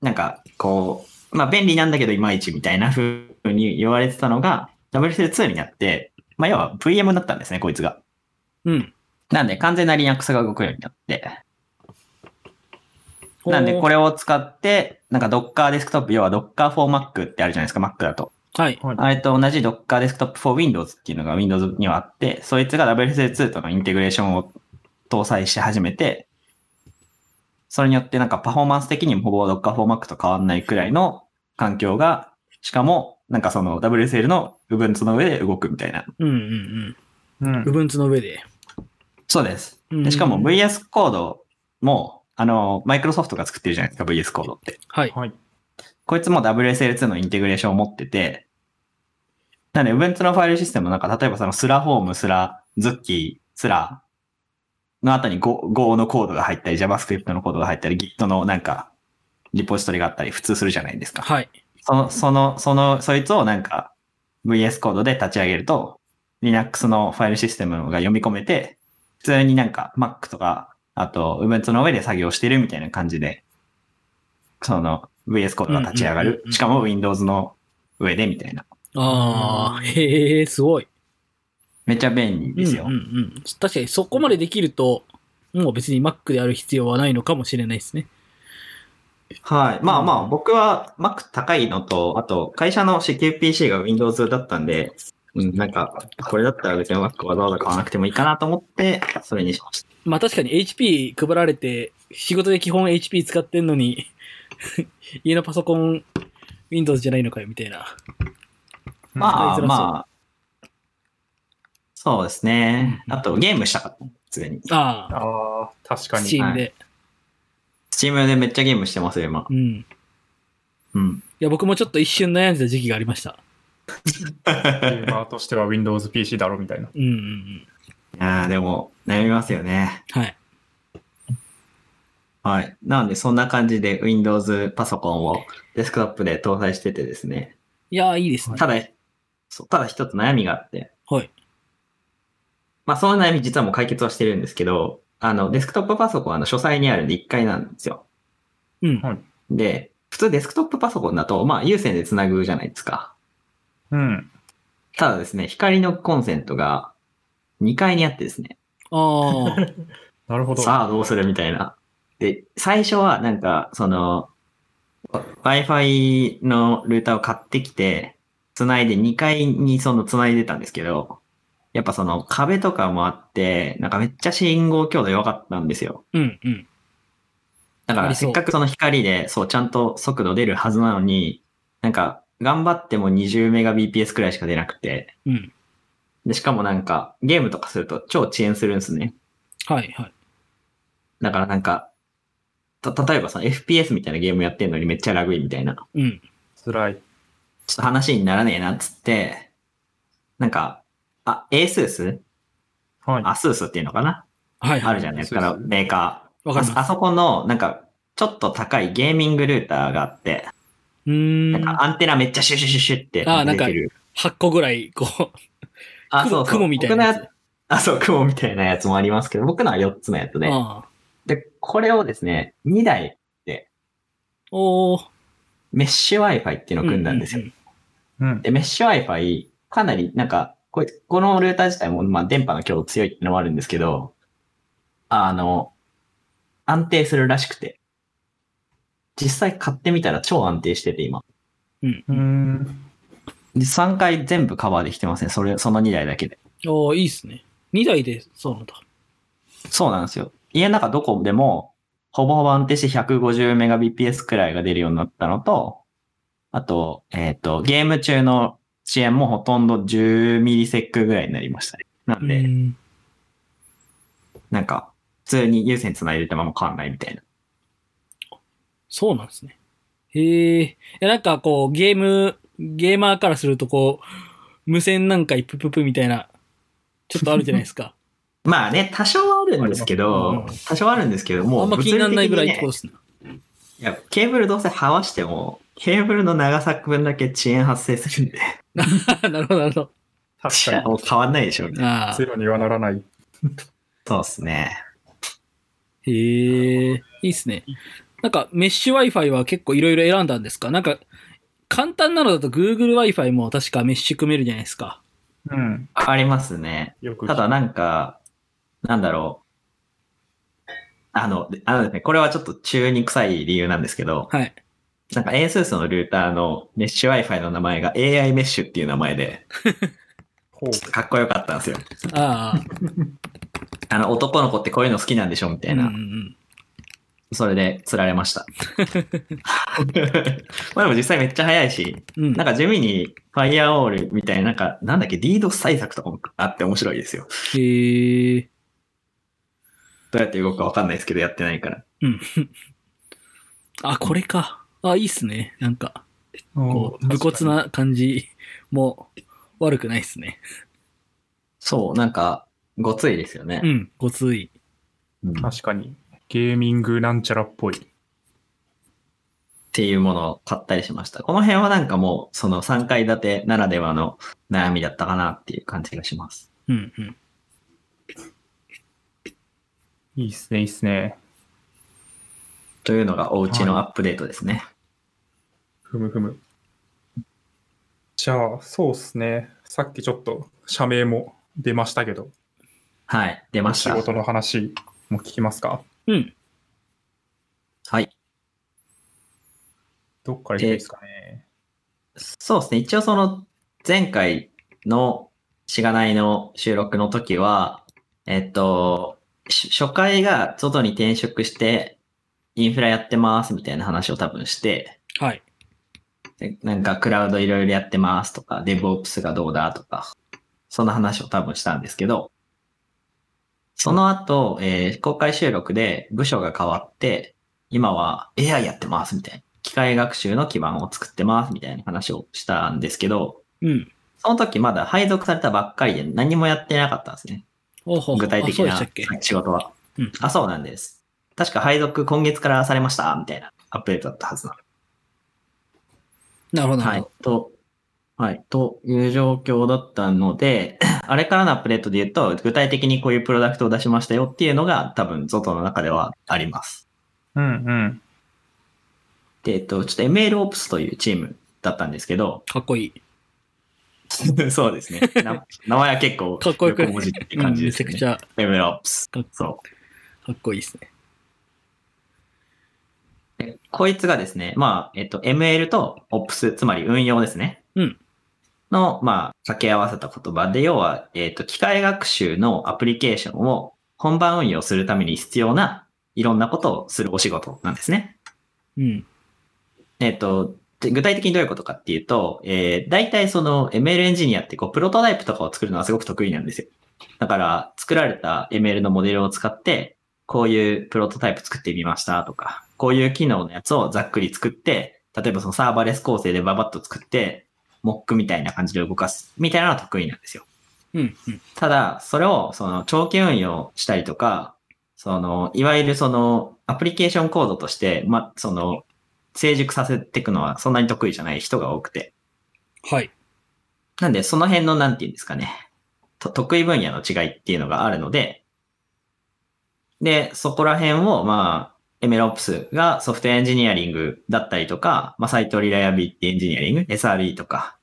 Speaker 3: なんか、こう、まあ便利なんだけどいまいちみたいな風に言われてたのが、WSL2 になって、まあ要は VM になったんですね、こいつが。
Speaker 1: うん。
Speaker 3: なんで完全な Linux が動くようになって、なんでこ
Speaker 1: れ。
Speaker 3: れを使って、なんか Docker デスクトップ、要は Docker for Mac ってあるじゃないですか、Mac だと。
Speaker 1: はい。
Speaker 2: はい。
Speaker 3: あれと同じ Docker Desktop for Windows っていうのが Windows にはあって、そいつが WSL2 とのインテグレーションを搭載し始めて、それによってなんかパフォーマンス的にもほぼ Docker for Mac と変わんないくらいの環境が、しかもなんかその WSL の部分の上で動くみたいな。
Speaker 1: うんうんうん。
Speaker 2: うん
Speaker 1: 部分つの上で。
Speaker 3: そうです。
Speaker 1: うん
Speaker 3: でしかも VS コードも、あの、マイクロソフトが作ってるじゃないですか、VS コードって。
Speaker 1: はい。
Speaker 2: はい。
Speaker 3: こいつも WSL2 のインテグレーションを持ってて、なんで、Ubuntu のファイルシステムもなんか、例えばそのスラフォーム、スラ、ズッキー、スラの後に Go, Go のコードが入ったり、JavaScript のコードが入ったり、Git のなんか、リポジトリがあったり、普通するじゃないですか。
Speaker 1: はい。
Speaker 3: その、その、その、そいつをなんか、VS コードで立ち上げると、Linux のファイルシステムが読み込めて、普通になんか Mac とか、あと Ubuntu の上で作業してるみたいな感じで、その VS コードが立ち上が
Speaker 1: うんうん
Speaker 3: る
Speaker 1: うんう。ん
Speaker 3: しかも Windows の上でみたいな。
Speaker 1: ああ、へえ、すごい。
Speaker 3: めっちゃ便利ですよ。
Speaker 1: うんうんうん。確かにそこまでできると、もう別に Mac である必要はないのかもしれないですね。
Speaker 3: はい。まあまあ、僕は Mac 高いのと、あと、会社の CQPC が Windows だったんで、うん、なんか、これだったら別に Mac わざわざ買わなくてもいいかなと思って、それにしました。
Speaker 1: まあ確かに HP 配られて、仕事で基本 HP 使ってんのに、 家のパソコン、Windows じゃないのかよ、みたいな。
Speaker 3: ま
Speaker 1: 使
Speaker 3: あ
Speaker 1: いづらそう
Speaker 3: まあ、そうですね。あとゲームしたかった、普通に。
Speaker 1: ああ、
Speaker 2: ああ、確かに。
Speaker 1: Steam で。
Speaker 3: Steam でめっちゃゲームしてますよ、今。
Speaker 1: うん。
Speaker 3: うん。
Speaker 1: いや、僕もちょっと一瞬悩んでた時期がありました。
Speaker 2: ゲーマーとしては Windows PC だろみたいな。
Speaker 1: うんうんうん。
Speaker 5: いやーでも、悩みますよね。
Speaker 1: はい。
Speaker 5: はい。
Speaker 3: なので、そんな感じで Windows パソコンをデスクトップで搭載しててですね。
Speaker 1: いやー、いいですね。
Speaker 3: ただ、そうただ一つ悩みがあって。
Speaker 1: はい。
Speaker 3: まあ、その悩み実はもう解決はしてるんですけど、あの、デスクトップパソコンはあの書斎にあるんで1階なんですよ。
Speaker 1: うん。
Speaker 3: で、普通デスクトップパソコンだと、まあ、有線でつなぐじゃないですか。
Speaker 2: うん。
Speaker 3: ただですね、光のコンセントが2階にあってですね、
Speaker 1: ああ。
Speaker 2: なるほど。
Speaker 3: さあどうするみたいな。で、最初はなんか、その、Wi-Fi のルーターを買ってきて、つないで2階にそのつないでたんですけど、やっぱその壁とかもあって、なんかめっちゃ信号強度弱かったんですよ。
Speaker 1: うんうん。
Speaker 3: だか
Speaker 1: あ
Speaker 3: ら
Speaker 1: りそ
Speaker 3: せ
Speaker 1: う
Speaker 3: っかくその光で、そう、ちゃんと速度出るはずなのに、なんか、頑張っても 20Mbps くらいしか出なくて、
Speaker 1: うん。
Speaker 3: で、しかもなんか、ゲームとかすると超遅延するんですね。
Speaker 1: はいはい。
Speaker 3: だからなんか、た、例えばさ、FPS みたいなゲームやってんのにめっちゃラグいみたいな、ちょ
Speaker 1: うん。
Speaker 2: 辛い。
Speaker 3: っと話にならねえなっつって、なんか、あ、ASUS?
Speaker 2: はい。
Speaker 3: ASUS っていうのかな
Speaker 1: はい
Speaker 3: あ
Speaker 1: はい。
Speaker 3: るじゃないです
Speaker 2: ASUS
Speaker 3: か、メーカー。
Speaker 1: わかり
Speaker 3: あ
Speaker 1: ま
Speaker 3: あ
Speaker 1: す。
Speaker 3: そこの、なんか、ちょっと高いゲーミングルーターがあって、
Speaker 1: うー
Speaker 3: なん
Speaker 1: ん。
Speaker 3: かアンテナめっちゃシュシュシュシュって
Speaker 1: あーな
Speaker 3: 出
Speaker 1: んか
Speaker 3: てる。
Speaker 1: 8個ぐらい、こ
Speaker 3: あ
Speaker 1: 雲雲みたいなやつ
Speaker 3: 僕のあ、そう、雲みたいなやつもありますけど、僕のは4つのやつ
Speaker 1: う。
Speaker 3: で。
Speaker 1: ああ。
Speaker 3: で、これをですね、2台
Speaker 1: おお。
Speaker 3: メッシュ Wi-Fi っていうのを組んだんですよ。
Speaker 1: うう
Speaker 2: うん。
Speaker 3: で、メッシュ Wi-Fi、かなりなんか、こいこのルーター自体も、まあ、電波の強度強いってのもあるんですけど、あの、安定するらしくて。実際買ってみたら超安定してて、今。
Speaker 1: うん。
Speaker 2: う
Speaker 1: うん
Speaker 2: ー
Speaker 1: うん
Speaker 2: ん。
Speaker 3: で3回全部カバーできてますね。それ、その2台だけで。
Speaker 1: おおいいっすね。2台で、そうなんだ。
Speaker 3: そうなんですよ。家の中どこでも、ほぼほぼ安定して 150Mbps くらいが出るようになったのと、あと、えっ、と、ゲーム中の遅延もほとんど10ミリセックぐらいになりましたね。なんで、
Speaker 1: うん
Speaker 3: なんか、普通に有線繋いでたまま変わんないみたいな。
Speaker 1: そうなんですね。へえ。いや、なんかこう、ゲーム、ゲーマーからするとこう、無線なんかいぷぷぷみたいな、ちょっとあるじゃないですか。
Speaker 3: まあね、多少はあるんですけ
Speaker 1: うん
Speaker 3: ど、多少はあるんですけど、 もう
Speaker 1: あんま気にならないぐらいってこと
Speaker 3: 物理
Speaker 1: ですね。
Speaker 3: 的にねいや、ケーブルどうせはわしても、ケーブルの長さ分だけ遅延発生するんで、
Speaker 1: なるほど、なるほ
Speaker 2: 確か
Speaker 3: もう変わんないでしょうね。
Speaker 1: ど。ああ
Speaker 2: に。ゼ。ロにはならない。
Speaker 3: そうですね。
Speaker 1: へえ、いいっすね。なんか、メッシュ Wi-Fi は結構いろいろ選んだんですかなんか、簡単なのだと Google Wi-Fi も確かメッシュ組めるじゃないですか。
Speaker 2: うん。
Speaker 3: ありますね。
Speaker 2: よく聞
Speaker 3: ただなんか、なんだろう。あの、であのですね、これはちょっと中に臭い理由なんですけど、
Speaker 1: はい。
Speaker 3: なんか ASUS のルーターのメッシュ Wi-Fi の名前が AI メッシュっていう名前で、
Speaker 2: こう
Speaker 3: かっこよかったんですよ。
Speaker 1: ああ。
Speaker 3: あの、男の子ってこういうの好きなんでしょみたいな。
Speaker 1: うんうん
Speaker 3: それで釣られました。 まあでも実際めっちゃ早いし、
Speaker 1: うん。うん。
Speaker 3: なんか地味にファイアウォールみたいな、なんか、なんだっけ、DDoS 対策とかもあって面白いですよ。
Speaker 1: へえ。
Speaker 3: どうやって動くかわかんないですけど、やってないから。
Speaker 1: うん。あ、これか。あ、いいっすね。なんか、こう、武骨。な感じも悪くないっすね。
Speaker 3: そう、なんか、ごついですよね
Speaker 1: う。ん。ごつい。
Speaker 3: うんっ
Speaker 2: 確かに。ゲーミングなんちゃらっぽい。
Speaker 3: ていうものを買ったりしました。この辺はなんかもう、その3階建てならではの悩みだったかなっていう感じがします。
Speaker 1: うんうん。
Speaker 2: いいっすね、いいっすね。
Speaker 3: というのがお家のアップデートですね。
Speaker 2: ふむふむ。じゃあ、そうっすね。さっきちょっと社名も出ましたけど、
Speaker 3: はい、出まし
Speaker 2: 仕
Speaker 3: た。
Speaker 2: 事の話も聞きますか
Speaker 1: うん。
Speaker 3: はい。
Speaker 2: どっから行くんですかね。
Speaker 3: そうですね。一応その前回のしがないの収録の時は、えっと、し初回が外に転職してインフラやってますみたいな話を多分して、
Speaker 1: はい。
Speaker 3: でなんかクラウドいろいろやってますとか、DevOps がどうだとか、そんな話を多分したんですけど、その後、えー公開収録で部署が変わって、今は AI やってますみたいな。機械学習の基盤を作ってますみたいな話をしたんですけど、
Speaker 1: うん。
Speaker 3: その時まだ配属されたばっかりで何もやってなかったんですね。
Speaker 1: ほうほうほう
Speaker 3: 具体
Speaker 1: あ
Speaker 3: 的
Speaker 1: そうで
Speaker 3: な
Speaker 1: したっけ
Speaker 3: 仕事は。
Speaker 1: うん
Speaker 3: あ、そうなんです。確か配属今月からされましたみたいなアップデートだったはずな
Speaker 1: なるほど、
Speaker 3: の。
Speaker 1: な
Speaker 3: は
Speaker 1: る
Speaker 3: い
Speaker 1: ほ。
Speaker 3: と、はい。という状況だったので、 あれからのアップデートで言うと、具体的にこういうプロダクトを出しましたよっていうのが多分 ZOTO の中ではあります。
Speaker 2: うんうん。
Speaker 3: で、えっと、ちょっと MLOps というチームだったんですけど、
Speaker 1: ど。かっこいい。
Speaker 3: そうですね。 な名前は結構、
Speaker 1: かっこよくない
Speaker 3: 横文字って感じです
Speaker 1: うん
Speaker 3: ね
Speaker 1: め。ちゃくち
Speaker 3: MLOps
Speaker 1: かっ。
Speaker 3: そ
Speaker 1: ゃかっこいいですね。
Speaker 3: う。でこいつがですね、まあ、えっと、ML と Ops、つまり運用ですね。
Speaker 1: うん
Speaker 3: の、まあ、掛け合わせた言葉で、要は、えっと、機械学習のアプリケーションを本番運用するために必要ないろんなことをするお仕事なんですね。
Speaker 1: うん。
Speaker 3: えっと、で具体的にどういうことかっていうと、えー、大体その ML エンジニアってこう、プロトタイプとかを作るのはすごく得意なんですよ。だから、作られた ML のモデルを使って、こういうプロトタイプ作ってみましたとか、こういう機能のやつをざっくり作って、例えばそのサーバーレス構成でババッと作って、モックみたいな感じで動かすみたいなのは得意なんですよ。
Speaker 1: うん。うん。
Speaker 3: ただ、それを、その、長期運用したりとか、その、いわゆるその、アプリケーションコードとして、ま、その、成熟させていくのはそんなに得意じゃない人が多くて。
Speaker 1: はい。
Speaker 3: なんで、その辺の、なんていうんですかね、と得意分野の違いっていうのがあるので、で、そこら辺を、まあ、MLOps がソフトウェアエンジニアリングだったりとか、まあ、サイトリライアビリティエンジニアリング、SRE とか、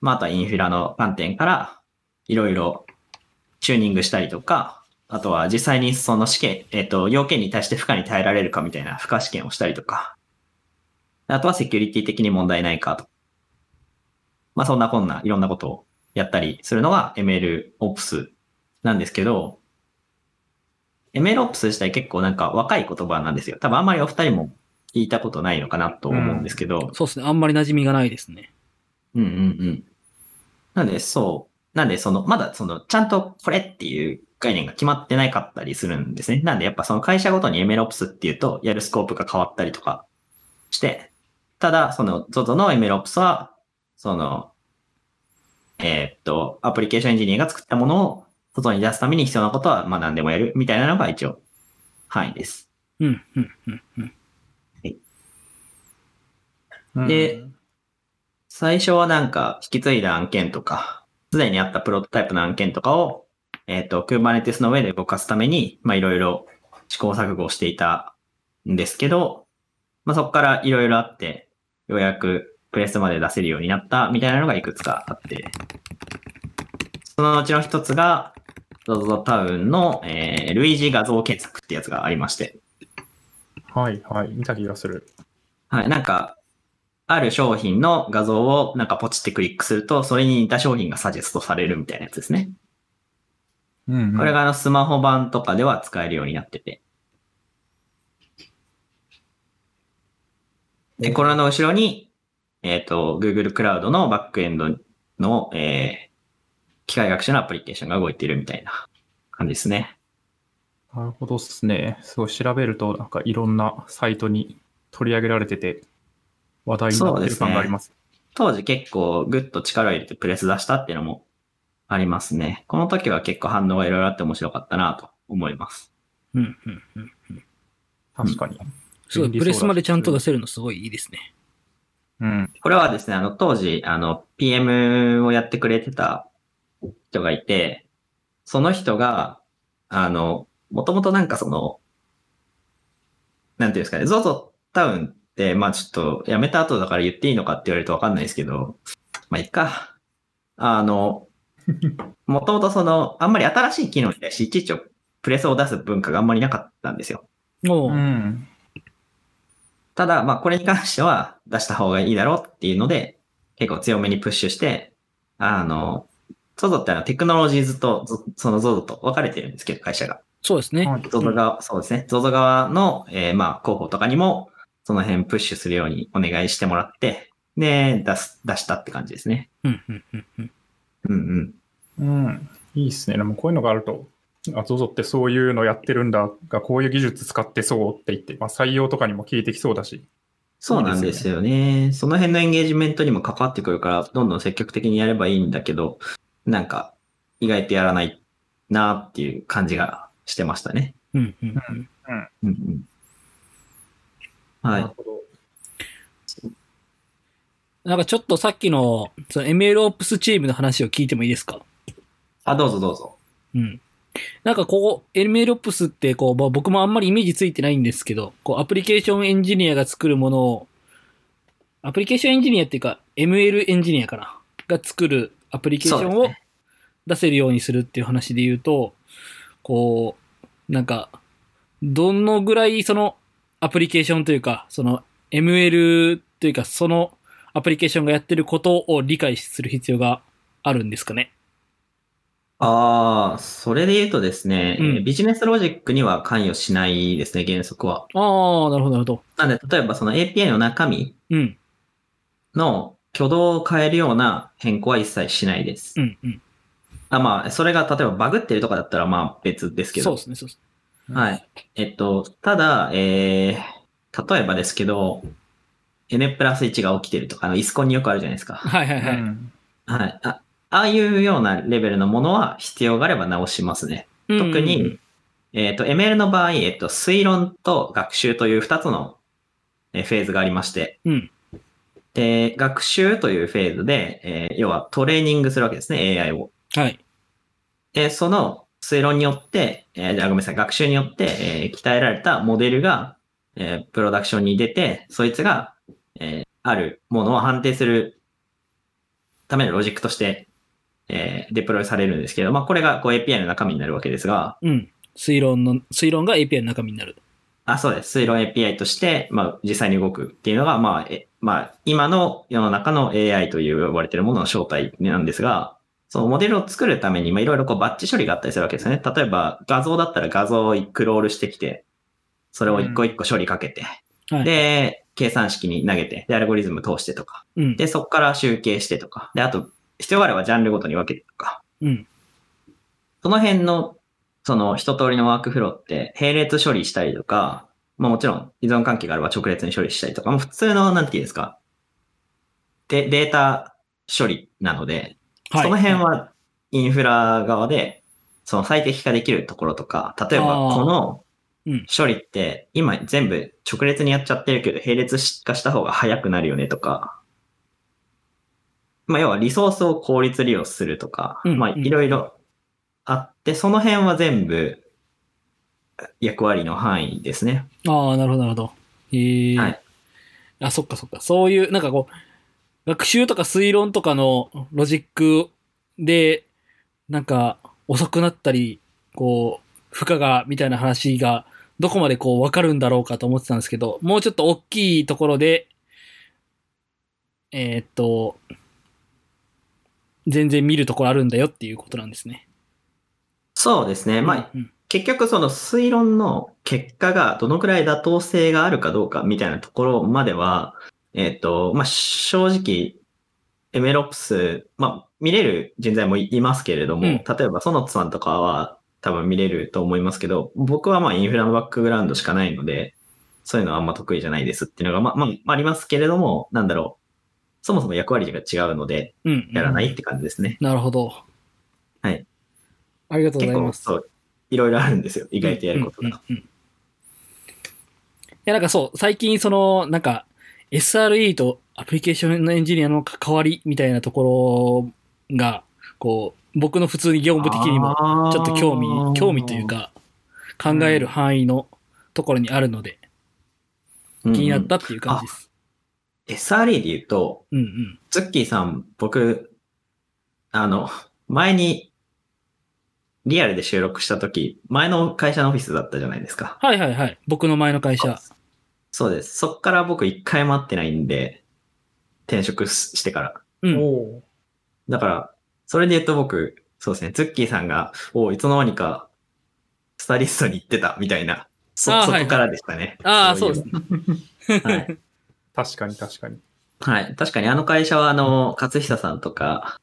Speaker 3: まあ、あとはインフラの観点から、いろいろチューニングしたりとか、あとは実際にその試験、えっ、と、要件に対して負荷に耐えられるかみたいな負荷試験をしたりとか、あとはセキュリティ的に問題ないかとまあそんなこんないろんなことをやったりするのが MLOps なんですけど、MLOps 自体結構なんか若い言葉なんですよ。多分あんまりお二人も聞いたことないのかなと思うんですけど、
Speaker 1: そうですね。あんまり馴染みがないですね。
Speaker 3: うんうんうん。なんで、そう。なんで、その、まだ、その、ちゃんとこれっていう概念が決まってないかったりするんですね。なんで、やっぱその会社ごとに MLOps っていうと、やるスコープが変わったりとかして、ただ、その、ZOZO の MLOps は、その、えーっと、アプリケーションエンジニアが作ったものを外に出すために必要なことは、まあ何でもやるみたいなのが一応、範囲です。
Speaker 1: うん。うん。うん。うん。
Speaker 2: うん
Speaker 3: で、最初はなんか引き継いだ案件とか、すでにあったプロトタイプの案件とかを、えっ、と、Kubernetes の上で動かすために、まあいろいろ試行錯誤していたんですけど、まあそこからいろいろあって、ようやくプレスまで出せるようになったみたいなのがいくつかあって、そのうちの一つが、ZOZO タウンの、えー、類似画像検索ってやつがありまして、
Speaker 2: はいはい。見た気がする。
Speaker 3: はい、なんか、ある商品の画像をなんかポチってクリックすると、それに似た商品がサジェストされるみたいなやつですね。
Speaker 2: うん、うん。
Speaker 3: これがあのスマホ版とかでは使えるようになってて。で、これの後ろに、えっ、と、Google クラウドのバックエンドの、えー機械学習のアプリケーションが動いているみたいな感じですね。
Speaker 2: なるほどっすね。すごい調べると、なんかいろんなサイトに取り上げられてて、話題になってる感があります。
Speaker 3: 当時結構グッと力を入れてプレス出したっていうのもありますね。この時は結構反応がいろいろあって面白かったなと思います。
Speaker 1: うん。うん。うん。
Speaker 3: ね
Speaker 2: 確かに。
Speaker 1: すごい。プレスまでちゃんと出せるのすごいいいですね。
Speaker 2: うん。
Speaker 3: これはですね、あの当時、あの PM をやってくれてた人がいて、その人が、あの、もともとなんかその、なんていうんですかね、ZOZO タウンって、まあちょっと辞めた後だから言っていいのかって言われるとわかんないですけど、まあいっか。あの、もともとその、あんまり新しい機能に対していちいちプレスを出す文化があんまりなかったんですよ。
Speaker 1: お
Speaker 2: う
Speaker 1: ー
Speaker 2: ん。
Speaker 3: ただ、まあ、これに関しては出した方がいいだろうっていうので、結構強めにプッシュして、あの、ZOZO ってあのテクノロジーズとゾその ZOZO と分かれてるんですけど、会社が。
Speaker 1: そうですね。
Speaker 2: はい
Speaker 3: ZOZO 側、そうですね。ZOZO 側の、えーまあ、広報とかにも、その辺プッシュするようにお願いしてもらって、で、出す、出したって感じですね。
Speaker 1: うん。うん。うん。うん。
Speaker 3: うんうん。
Speaker 2: うん。いいっすね。でもこういうのがあると、あ、ZOZO ってそういうのやってるんだが、こういう技術使ってそうって言って、まあ、採用とかにも効いてきそうだし、
Speaker 3: そうなんですよね。その辺のエンゲージメントにも関わってくるから、どんどん積極的にやればいいんだけど、なんか、意外とやらないなっていう感じがしてましたね。
Speaker 1: うんうんうん。
Speaker 3: うんうん。
Speaker 2: な
Speaker 3: は
Speaker 2: る
Speaker 3: い。
Speaker 2: ほど。
Speaker 1: なんかちょっとさっきの、その ML オプスチームの話を聞いてもいいですか
Speaker 3: あ、どうぞどうぞ。
Speaker 1: うん。なんかこう、ML オプスってこう、まあ、僕もあんまりイメージついてないんですけど、こう、アプリケーションエンジニアが作るものを、アプリケーションエンジニアっていうか、ML エンジニアかなが作るアプリケーション
Speaker 3: そう
Speaker 1: を
Speaker 3: です
Speaker 1: 出せるようにするっていう話で言うと、こう、なんか、どのぐらいそのアプリケーションというか、その ML というか、そのアプリケーションがやってることを理解する必要があるんですかね。
Speaker 3: ああ、それで言うとですね、
Speaker 1: うん
Speaker 3: えービジネスロジックには関与しないですね、原則は。
Speaker 1: ああ、なるほど、なるほど。
Speaker 3: なんで、例えばその API の中身
Speaker 1: うん、
Speaker 3: の挙動を変えるような変更は一切しないです。
Speaker 1: うん、うん。
Speaker 3: あまあ、それが例えばバグってるとかだったらまあ別ですけ
Speaker 1: そう
Speaker 3: ど。
Speaker 1: ですね、そうです
Speaker 3: はい。えっと、ただ、えー、例えばですけど、N プラス1が起きてるとか、あの、イスコンによくあるじゃないです
Speaker 1: ね。
Speaker 3: か。
Speaker 1: はいはいは
Speaker 2: う
Speaker 1: い。
Speaker 2: ん
Speaker 3: はい。あああいうようなレベルのものは必要があれば直しますね。特
Speaker 1: うん
Speaker 3: に、えっ、と、ML の場合、えっ、と、推論と学習という2つのえーフェーズがありまして、
Speaker 1: うん
Speaker 3: で、学習というフェーズで、えー要はトレーニングするわけですね、AI を。
Speaker 1: はい。
Speaker 3: で、その推論によって、えーじゃあごめんなさい、学習によって、えー鍛えられたモデルが、えープロダクションに出て、そいつが、えーあるものを判定するためのロジックとして、えーデプロイされるんですけど、まあ、これがこう API の中身になるわけですが、
Speaker 1: うん。推論の、推論が API の中身になる。
Speaker 3: あ、そうです。推論 API として、まあ、実際に動くっていうのが、まあ、えまあ、今の世の中の AI という呼ばれているものの正体なんですが、そのモデルを作るために、まあ、いろいろこうバッチ処理があったりするわけですよね。例えば、画像だったら画像をクロールしてきて、それを一個一個処理かけて、
Speaker 1: はい
Speaker 3: で、計算式に投げて、で、アルゴリズム通してとか、
Speaker 1: うん。
Speaker 3: で、そこから集計してとか、で、あと、必要があればジャンルごとに分けてとか、
Speaker 1: うん。
Speaker 3: その辺の、その一通りのワークフローって、並列処理したりとか、まあもちろん依存関係があれば直列に処理したりとか、もう普通の、なんていうんですか、で、データ処理なので、
Speaker 1: はい。
Speaker 3: その辺はインフラ側で、その最適化できるところとか、例えば
Speaker 1: あー
Speaker 3: この
Speaker 1: うん
Speaker 3: 処理って今全部直列にやっちゃってるけど、並列化した方が早くなるよねとか、まあ要はリソースを効率利用するとか、
Speaker 1: うん
Speaker 3: まあ
Speaker 1: うん
Speaker 3: いろいろあって、その辺は全部役割の範囲ですね。
Speaker 1: ああ、なるほど、なるほど。へえ。
Speaker 3: はい
Speaker 1: あ、そっかそっか。そういう、なんかこう、学習とか推論とかのロジックで、なんか、遅くなったり、こう、負荷が、みたいな話が、どこまでこう、わかるんだろうかと思ってたんですけど、もうちょっと大きいところで、えーっと、全然見るところあるんだよっていうことなんですね。
Speaker 3: そうですね。まあ
Speaker 1: うん
Speaker 3: 結局その推論の結果がどのくらい妥当性があるかどうかみたいなところまでは、えっ、と、まあ、正直、エメロプス、まあ、見れる人材もいいますけれども、
Speaker 1: うん
Speaker 3: 例えば、園田さんとかは多分見れると思いますけど、僕はまあ、インフラのバックグラウンドしかないので、そういうのはあんま得意じゃないですっていうのが、まあ、まあ、まあありますけれども、なんだろう。そもそも役割が違うので、
Speaker 1: うん。うん
Speaker 3: やらないって感じですね。
Speaker 1: なるほど。
Speaker 3: はい。
Speaker 1: ありがとうご
Speaker 3: 結
Speaker 1: ざい
Speaker 3: 構、
Speaker 1: ます。
Speaker 3: そう、いろいろあるんですよ。意外とやることが。
Speaker 1: うんうんうんうんいや、なんかそう、最近その、なんか、SRE とアプリケーションのエンジニアの関わりみたいなところが、こう、僕の普通に業務的にも、
Speaker 3: も
Speaker 1: ちょっと興味、興味という、か、考える範囲のところにあるので、
Speaker 3: 気
Speaker 1: 気になったっていう感じです。
Speaker 3: SRE で言うと、
Speaker 1: うんうん。
Speaker 3: ズッキーさん、僕、あの、前に、リアルで収録した時前の会社のオフィスだったじゃないですか。
Speaker 1: はいはいはい。僕の前の会社。
Speaker 3: そうです。そっから僕一回も会ってないんで、転職ししてから。
Speaker 1: うん。
Speaker 2: おー
Speaker 3: だから、それで言うと僕、そうですね、ズッキーさんが、おいつの間にか、スタイリストに行ってた、みたいな。そ
Speaker 1: あ、ー
Speaker 3: そ
Speaker 1: はい
Speaker 3: こからでしたね。
Speaker 1: ああ、そうです
Speaker 3: い
Speaker 1: ね。
Speaker 3: え ば。はい。
Speaker 2: 確かに確かに。
Speaker 3: はい。確かにあの会社は、あの、勝久さんとか、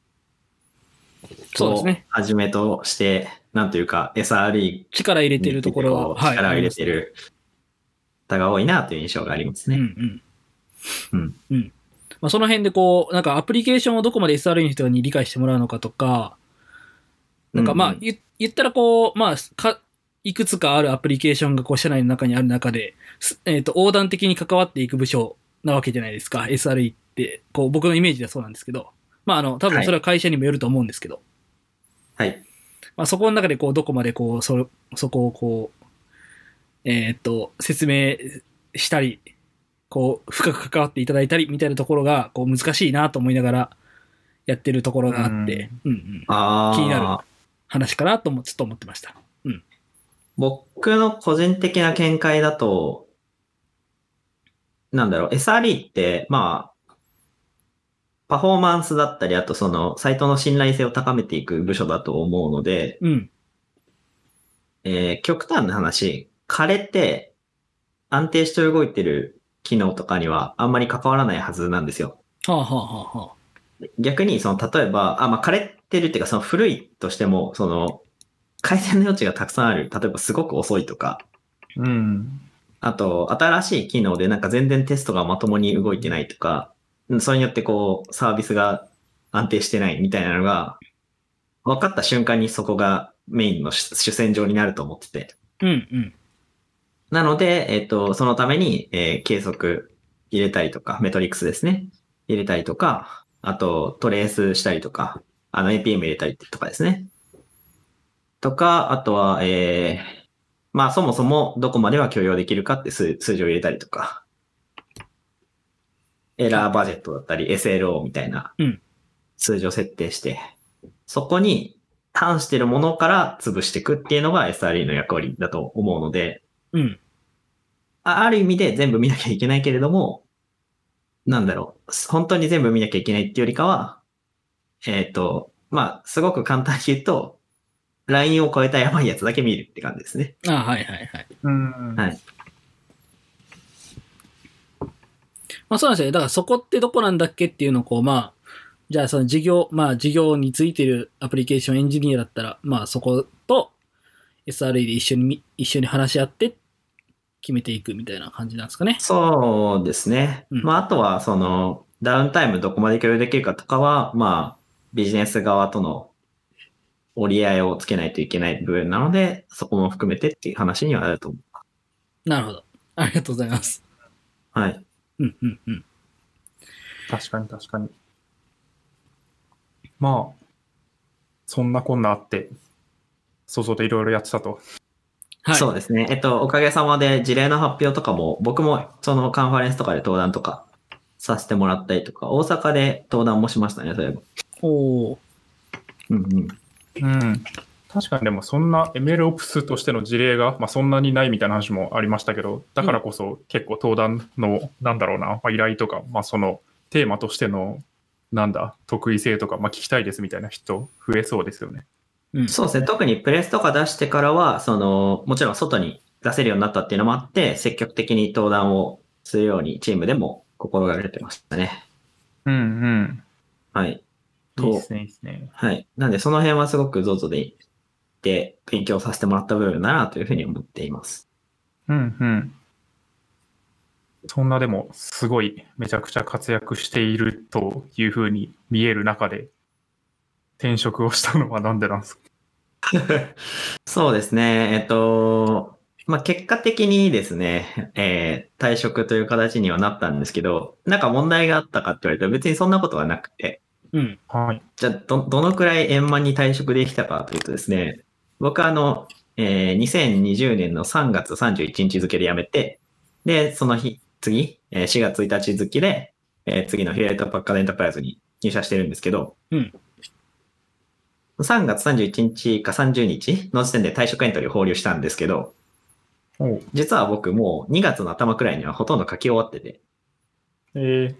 Speaker 1: そうですね。
Speaker 3: はじめとして、なんというか、SRE
Speaker 1: 力入れ
Speaker 3: に
Speaker 1: てるところは、
Speaker 3: 力を入れ
Speaker 1: る
Speaker 3: てる方が多いなという印象があります
Speaker 1: うんう
Speaker 3: ね。
Speaker 1: ん。
Speaker 6: うん。
Speaker 1: うん。まあ、その辺でこう、なんかアプリケーションをどこまで SRE の人に理解してもらうのかとか、なんかまあ、
Speaker 3: うん
Speaker 1: 言言ったらこう、まあ、か、いくつかあるアプリケーションがこう社内の中にある中で、すえっ、と、横断的に関わっていく部署なわけじゃないですか。SRE って、こう、僕のイメージではそうなんですけど。まあ、あの、多分それは会社にもよると思うんですけど。
Speaker 3: はい。
Speaker 1: まあ、そこの中でこう、どこまでこう、そ、そこをこう、えーっと、説明したり、こう、深く関わっていただいたりみたいなところが、こう、難しいなと思いながらやってるところがあって、うんうん。
Speaker 3: あー
Speaker 1: 気にな話かなとも、ちょっと思ってました。
Speaker 3: 僕の個人的な見解だと、なんだろう、SRE って、まあ、パフォーマンスだったり、あとその、サイトの信頼性を高めていく部署だと思うので、
Speaker 1: うん。
Speaker 3: えー極端な話、枯れて安定して動いてる機能とかにはあんまり関わらないはずなんですよ。
Speaker 1: はあ、はあはあはあ、
Speaker 3: 逆に、その、例えば、あ、まあ、枯れてるっていうか、その古いとしても、その、改善の余地がたくさんある。例えば、すごく遅いとか、
Speaker 2: うん。
Speaker 3: あと、新しい機能でなんか全然テストがまともに動いてないとか、うんそれによってこう、サービスが安定してないみたいなのが、分かった瞬間にそこがメインの主主戦場になると思ってて。
Speaker 1: うんうん。
Speaker 3: なので、えっと、そのために、えー計測入れたりとか、メトリックスですね。入れたりとか、あと、トレースしたりとか、あの、APM 入れたりとかですね。とか、あとは、えー、まあ、そもそもどこまでは許容できるかって数数字を入れたりとか、エラーバジェットだったり、SLO みたいな
Speaker 1: うん
Speaker 3: 数字を設定して、そこに反してるものから潰していくっていうのが SRE の役割だと思うので、
Speaker 1: うん。
Speaker 3: あある意味で全部見なきゃいけないけれども、なんだろう、本当に全部見なきゃいけないっていうよりかは、えっ、と、まあ、すごく簡単に言うと、ラインを超えたやばいやつだけ見るって感じですね。
Speaker 1: あはいはいはい。
Speaker 2: うん。
Speaker 3: はい
Speaker 1: まあそうなんですよね。だからそこってどこなんだっけっていうのをこう、まあ、じゃあその事業、まあ事業についてるアプリケーションエンジニアだったら、まあそこと SRE で一緒にみ、一緒に話し合って決めていくみたいな感じなんですかね。
Speaker 3: そうですね。
Speaker 1: うん
Speaker 3: まあ、あとは、その、ダウンタイムどこまで共有できるかとかは、まあ、ビジネス側との折り合いをつけないといけない部分なので、そこも含めてっていう話にはなると思
Speaker 1: なるほど。ありがとうございます。
Speaker 3: う。はい。
Speaker 1: うんうんうん。
Speaker 2: 確かに確かに。まあ、そんなこんなあって、想像でいろいろやってたと。
Speaker 1: はい。
Speaker 3: そうですね。えっと、おかげさまで事例の発表とかも、僕もそのカンファレンスとかで登壇とかさせてもらったりとか、大阪で登壇もしましたね、そういえば。
Speaker 1: おー
Speaker 3: うんうん。
Speaker 2: うん。確かにでもそんな MLOps としての事例が、まあ、そんなにないみたいな話もありましたけど、だからこそ結構登壇の、なんだろうな、まあ、依頼とか、まあ、そのテーマとしての、なんだ、得意性とか、まあ、聞きたいですみたいな人増えそうですよね。
Speaker 1: うん。
Speaker 3: そうですね。特にプレスとか出してからは、その、もちろん外に出せるようになったっていうのもあって、積極的に登壇をするようにチームでも心がけてましたね。
Speaker 2: うんうん。
Speaker 3: はい。
Speaker 2: いい
Speaker 3: と
Speaker 2: で、すね、いいですね。
Speaker 3: はい。なんで、その辺はすごく ZOZO で行って勉強させてもらった部分だなというふうに思っています。
Speaker 2: うんうん。そんなでも、すごい、めちゃくちゃ活躍しているというふうに見える中で、転職をしたのはなんでなんですか
Speaker 3: そうですね。えっと、まあ、結果的にですね、えー退職という形にはなったんですけど、なんか問題があったかって言われると別にそんなことはなくて、
Speaker 1: うん。
Speaker 2: はい。
Speaker 3: じゃあ、ど、どのくらい円満に退職できたかというとですね、僕はあの、えー2020年の3月31日付で辞めて、で、その日、次、えー4月1日付で、えー次のヒレートパッカードエンタープライズに入社してるんですけど、
Speaker 1: うん
Speaker 3: 3月31日か30日の時点で退職エントリーを放流したんですけど、
Speaker 2: おう
Speaker 3: 実は僕もう2月の頭くらいにはほとんど書き終わってて、
Speaker 2: えー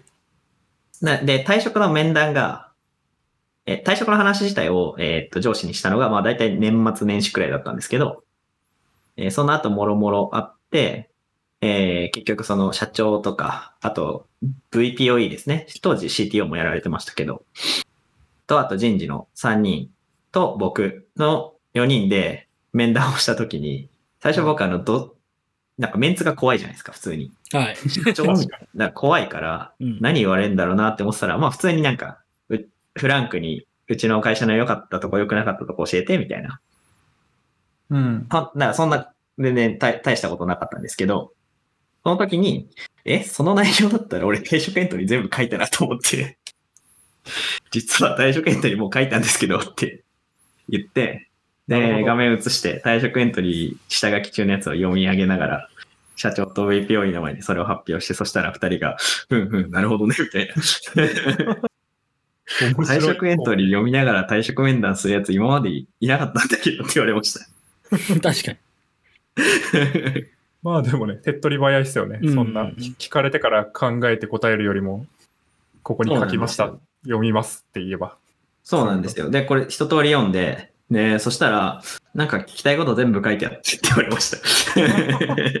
Speaker 3: なで、退職の面談が、え退職の話自体を、えーっと上司にしたのが、まあ大体年末年始くらいだったんですけど、えーその後もろもろあって、えー結局その社長とか、あと VPOE ですね。当時 CTO もやられてましたけど、と、あと人事の3人と僕の4人で面談をしたときに、最初僕あの、ど、なんかメンツが怖いじゃないですか、普通に。
Speaker 1: はい。
Speaker 3: ちょだから怖いから、
Speaker 1: うん。
Speaker 3: 何言われるんだろうなって思ってたら、まあ普通になんか、うフランクに、うちの会社の良かったとこ良くなかったとこ教えて、みたいな。
Speaker 2: うん。
Speaker 3: かなんかそんな、全然大大したことなかったんですけど、その時に、え、その内容だったら俺 退職エントリー全部書いたなと思って、 実は退職エントリーもう書いたんですけどって言って、
Speaker 2: なるほ
Speaker 3: で、
Speaker 2: ど
Speaker 3: 画面映して退職エントリー下書き中のやつを読み上げながら、社長と VPO の前にそれを発表して、そしたら二人が、うんうん、なるほどね、みたいな。 退職エント
Speaker 2: ー。
Speaker 3: リー読みながら退職面談するやつ今までいなかったんだけどって言われました。
Speaker 1: 確かに。
Speaker 2: まあでもね、手っ取り早いですよね。
Speaker 1: うん
Speaker 2: そんな、き聞かれてから考えて答えるよりも、ここに書きまし
Speaker 3: そう
Speaker 2: た
Speaker 3: なん。
Speaker 2: 読みますって言えば。
Speaker 3: そうなんですよ。で、これ一通り読んで、ね、そしたら、なんか聞きたいこと全部書いてあってって言われました。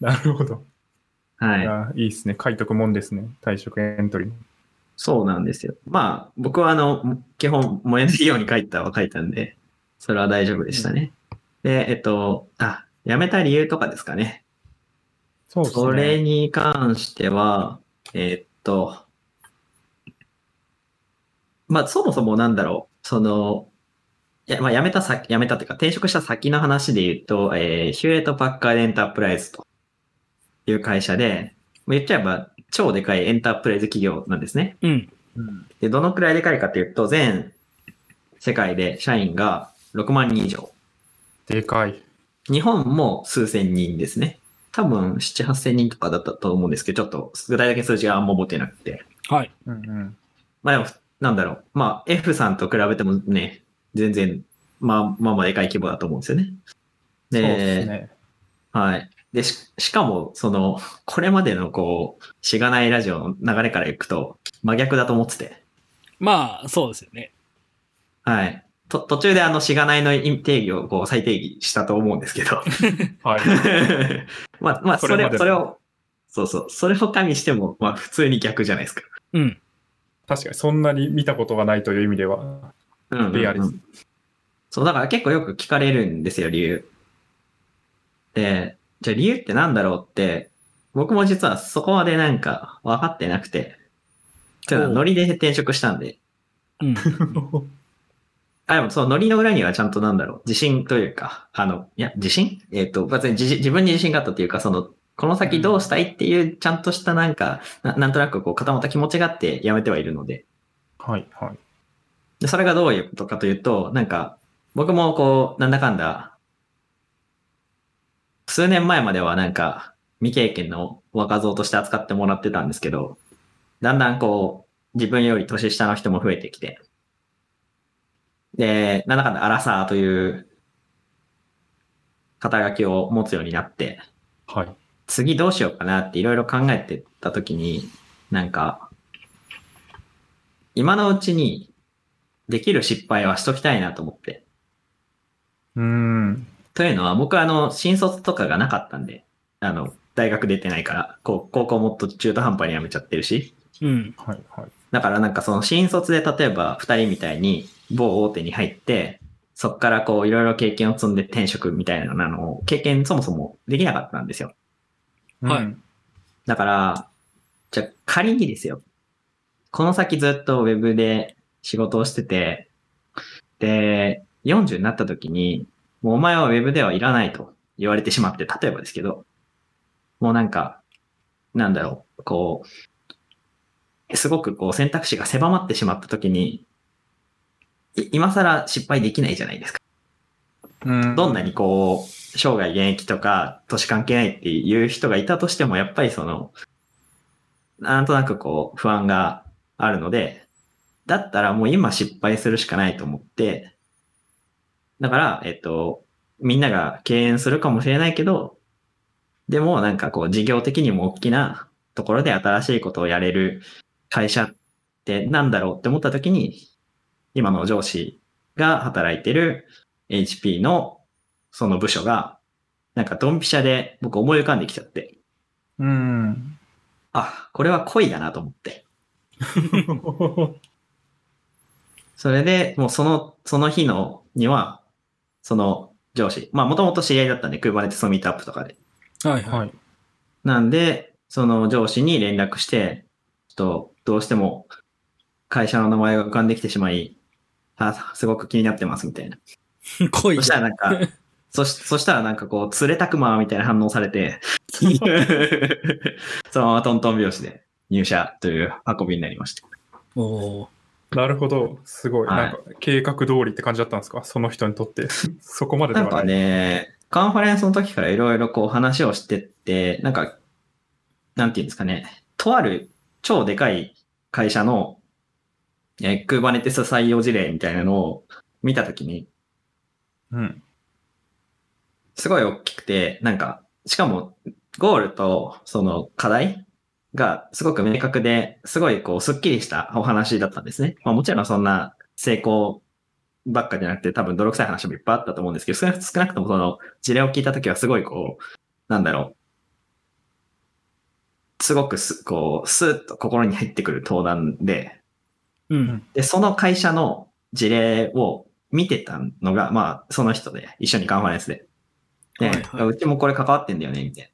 Speaker 2: なるほど。 い
Speaker 3: はい。
Speaker 2: や、いいですね。書いとくもんですね。退職エントリー。
Speaker 3: そうなんですよ。まあ、僕はあの、基本燃えないように書いたは書いたんで、それは大丈夫でしたね。で、えっと、あ、辞めた理由とかですかね。
Speaker 2: そうですね。
Speaker 3: それに関しては、えーっと、まあ、そもそもなんだろう、その、いやまあ、辞めた先、辞めたというか、転職した先の話で言うと、えーヒューレット・パッカード・エンタープライズという会社で、まあ言っちゃえば超でかいエンタープライズ企業なんですね。
Speaker 1: うん。
Speaker 2: うん。
Speaker 3: で、どのくらいでかいかというと、全世界で社員が6万人以上。
Speaker 2: でかい。
Speaker 3: 日本も数千人ですね。多分、7、8千人とかだったと思うんですけど、ちょっと具体的な数字があんま覚えてなくて。
Speaker 1: はい。
Speaker 2: うんうん。
Speaker 3: まあでも、なんだろう。まあ、F さんと比べてもね、全然、まあ、まあまあでかい規模だと思うんですよね。で、
Speaker 2: そうですね。
Speaker 3: はい。で、し、しかも、その、これまでのこう、しがないラジオの流れからいくと、真逆だと思ってて。
Speaker 1: まあ、そうですよね。
Speaker 3: はい。と、途中であの、しがないの定義をこう、再定義したと思うんですけど。
Speaker 2: はい。
Speaker 3: まあ、まあ、そ
Speaker 2: それ
Speaker 3: れ
Speaker 2: までの
Speaker 3: それを、そうそう、それを加味しても、まあ、普通に逆じゃないですか。
Speaker 1: うん。
Speaker 2: 確かに、そんなに見たことがないという意味では、
Speaker 3: うんうんうん
Speaker 2: リアルです。
Speaker 3: そう、だから結構よく聞かれるんですよ、理由。で、じゃあ理由ってなんだろうって、僕も実はそこまでなんか分かってなくて、ちょっと
Speaker 1: おう
Speaker 3: ノリで転職したんで、
Speaker 1: うん。
Speaker 3: あ、でもそのノリの裏にはちゃんとなんだろう、自信というか、あの、いや、自信えっ、と、別に自信自分に自信があったというか、その、この先どうしたいっていう、ちゃんとしたなんか、ななんとなくこう固まった気持ちがあって辞めてはいるので、
Speaker 2: はい、はい。
Speaker 3: で、それがどういうことかというと、なんか、僕もこう、なんだかんだ、数年前まではなんか、未経験の若造として扱ってもらってたんですけど、だんだんこう、自分より年下の人も増えてきて、で、なんだかんだアラサーという、肩書きを持つようになって、
Speaker 2: はい。
Speaker 3: 次どうしようかなっていろいろ考えてたときに、なんか、今のうちにできる失敗はしときたいなと思って。
Speaker 2: うーん。
Speaker 3: というのは、僕はあの、新卒とかがなかったんで、あの、大学出てないから、こう、高校もっと中途半端に辞めちゃってるし、
Speaker 1: うん。
Speaker 2: はい、はい。
Speaker 3: だからなんかその新卒で例えば二人みたいに某大手に入って、そっからこういろいろ経験を積んで転職みたいなのを経験そもそもできなかったんですよ。
Speaker 1: はい
Speaker 2: うん
Speaker 3: だから、じゃあ仮にですよ。この先ずっとウェブで仕事をしてて、で、40になった時に、もうお前はウェブではいらないと言われてしまって、例えばですけど、もうなんか、なんだろう、こう、すごくこう選択肢が狭まってしまった時に、い今更失敗できないじゃないですか。
Speaker 2: うん
Speaker 3: どんなにこう、生涯現役とか、年関係ないっていう人がいたとしても、やっぱりその、なんとなくこう、不安があるので、だったらもう今失敗するしかないと思って、だから、えっと、みんなが敬遠するかもしれないけど、でもなんかこう、事業的にも大きなところで新しいことをやれる会社ってなんだろうって思った時に、今の上司が働いてる HP のその部署が、なんかドンピシャで僕思い浮かんできちゃって、
Speaker 2: うん。
Speaker 3: あ、これは恋だなと思って。 それで、もうその、その日の、には、その、上司。まあ、もともと知り合いだったんで、Kubernetes のミートアップとかで。
Speaker 1: はいはい。
Speaker 2: はい。
Speaker 3: なんで、その上司に連絡して、ちょっと、どうしても、会社の名前が浮かんできてしまい、あすごく気になってます、みたいな。
Speaker 1: 来い
Speaker 3: そしたらなんか、そし、そしたらなんかこう、釣れたくまーみたいな反応され て、そのままトントン拍子で入社という運びになりました。
Speaker 1: おー
Speaker 2: なるほど。すごい。
Speaker 3: はい
Speaker 2: なんか、計画通りって感じだったんですかその人にとって。そこまでで
Speaker 3: な
Speaker 2: は
Speaker 3: ん
Speaker 2: な
Speaker 3: か
Speaker 2: い。
Speaker 3: ね、カンファレンスの時からいろいろこう話をしてって、なんか、なんていうんですかね、とある超でかい会社の、えー、Kubernetes 採用事例みたいなのを見たときに、
Speaker 2: うん。
Speaker 3: すごい大きくて、なんか、しかも、ゴールと、その、課題がすごく明確で、すごいこう、スッキリしたお話だったんですね。まあもちろんそんな成功ばっかじゃなくて、多分泥臭い話もいっぱいあったと思うんですけど、少なく少なくともその事例を聞いたときはすごいこう、なんだろう。すごくす、こう、スーッと心に入ってくる登壇で、
Speaker 1: うん。
Speaker 3: で、その会社の事例を見てたのが、まあ、その人で、一緒にカンファレンスで。で、
Speaker 1: はいはいう
Speaker 3: ちもこれ関わってんだよね、みたいな。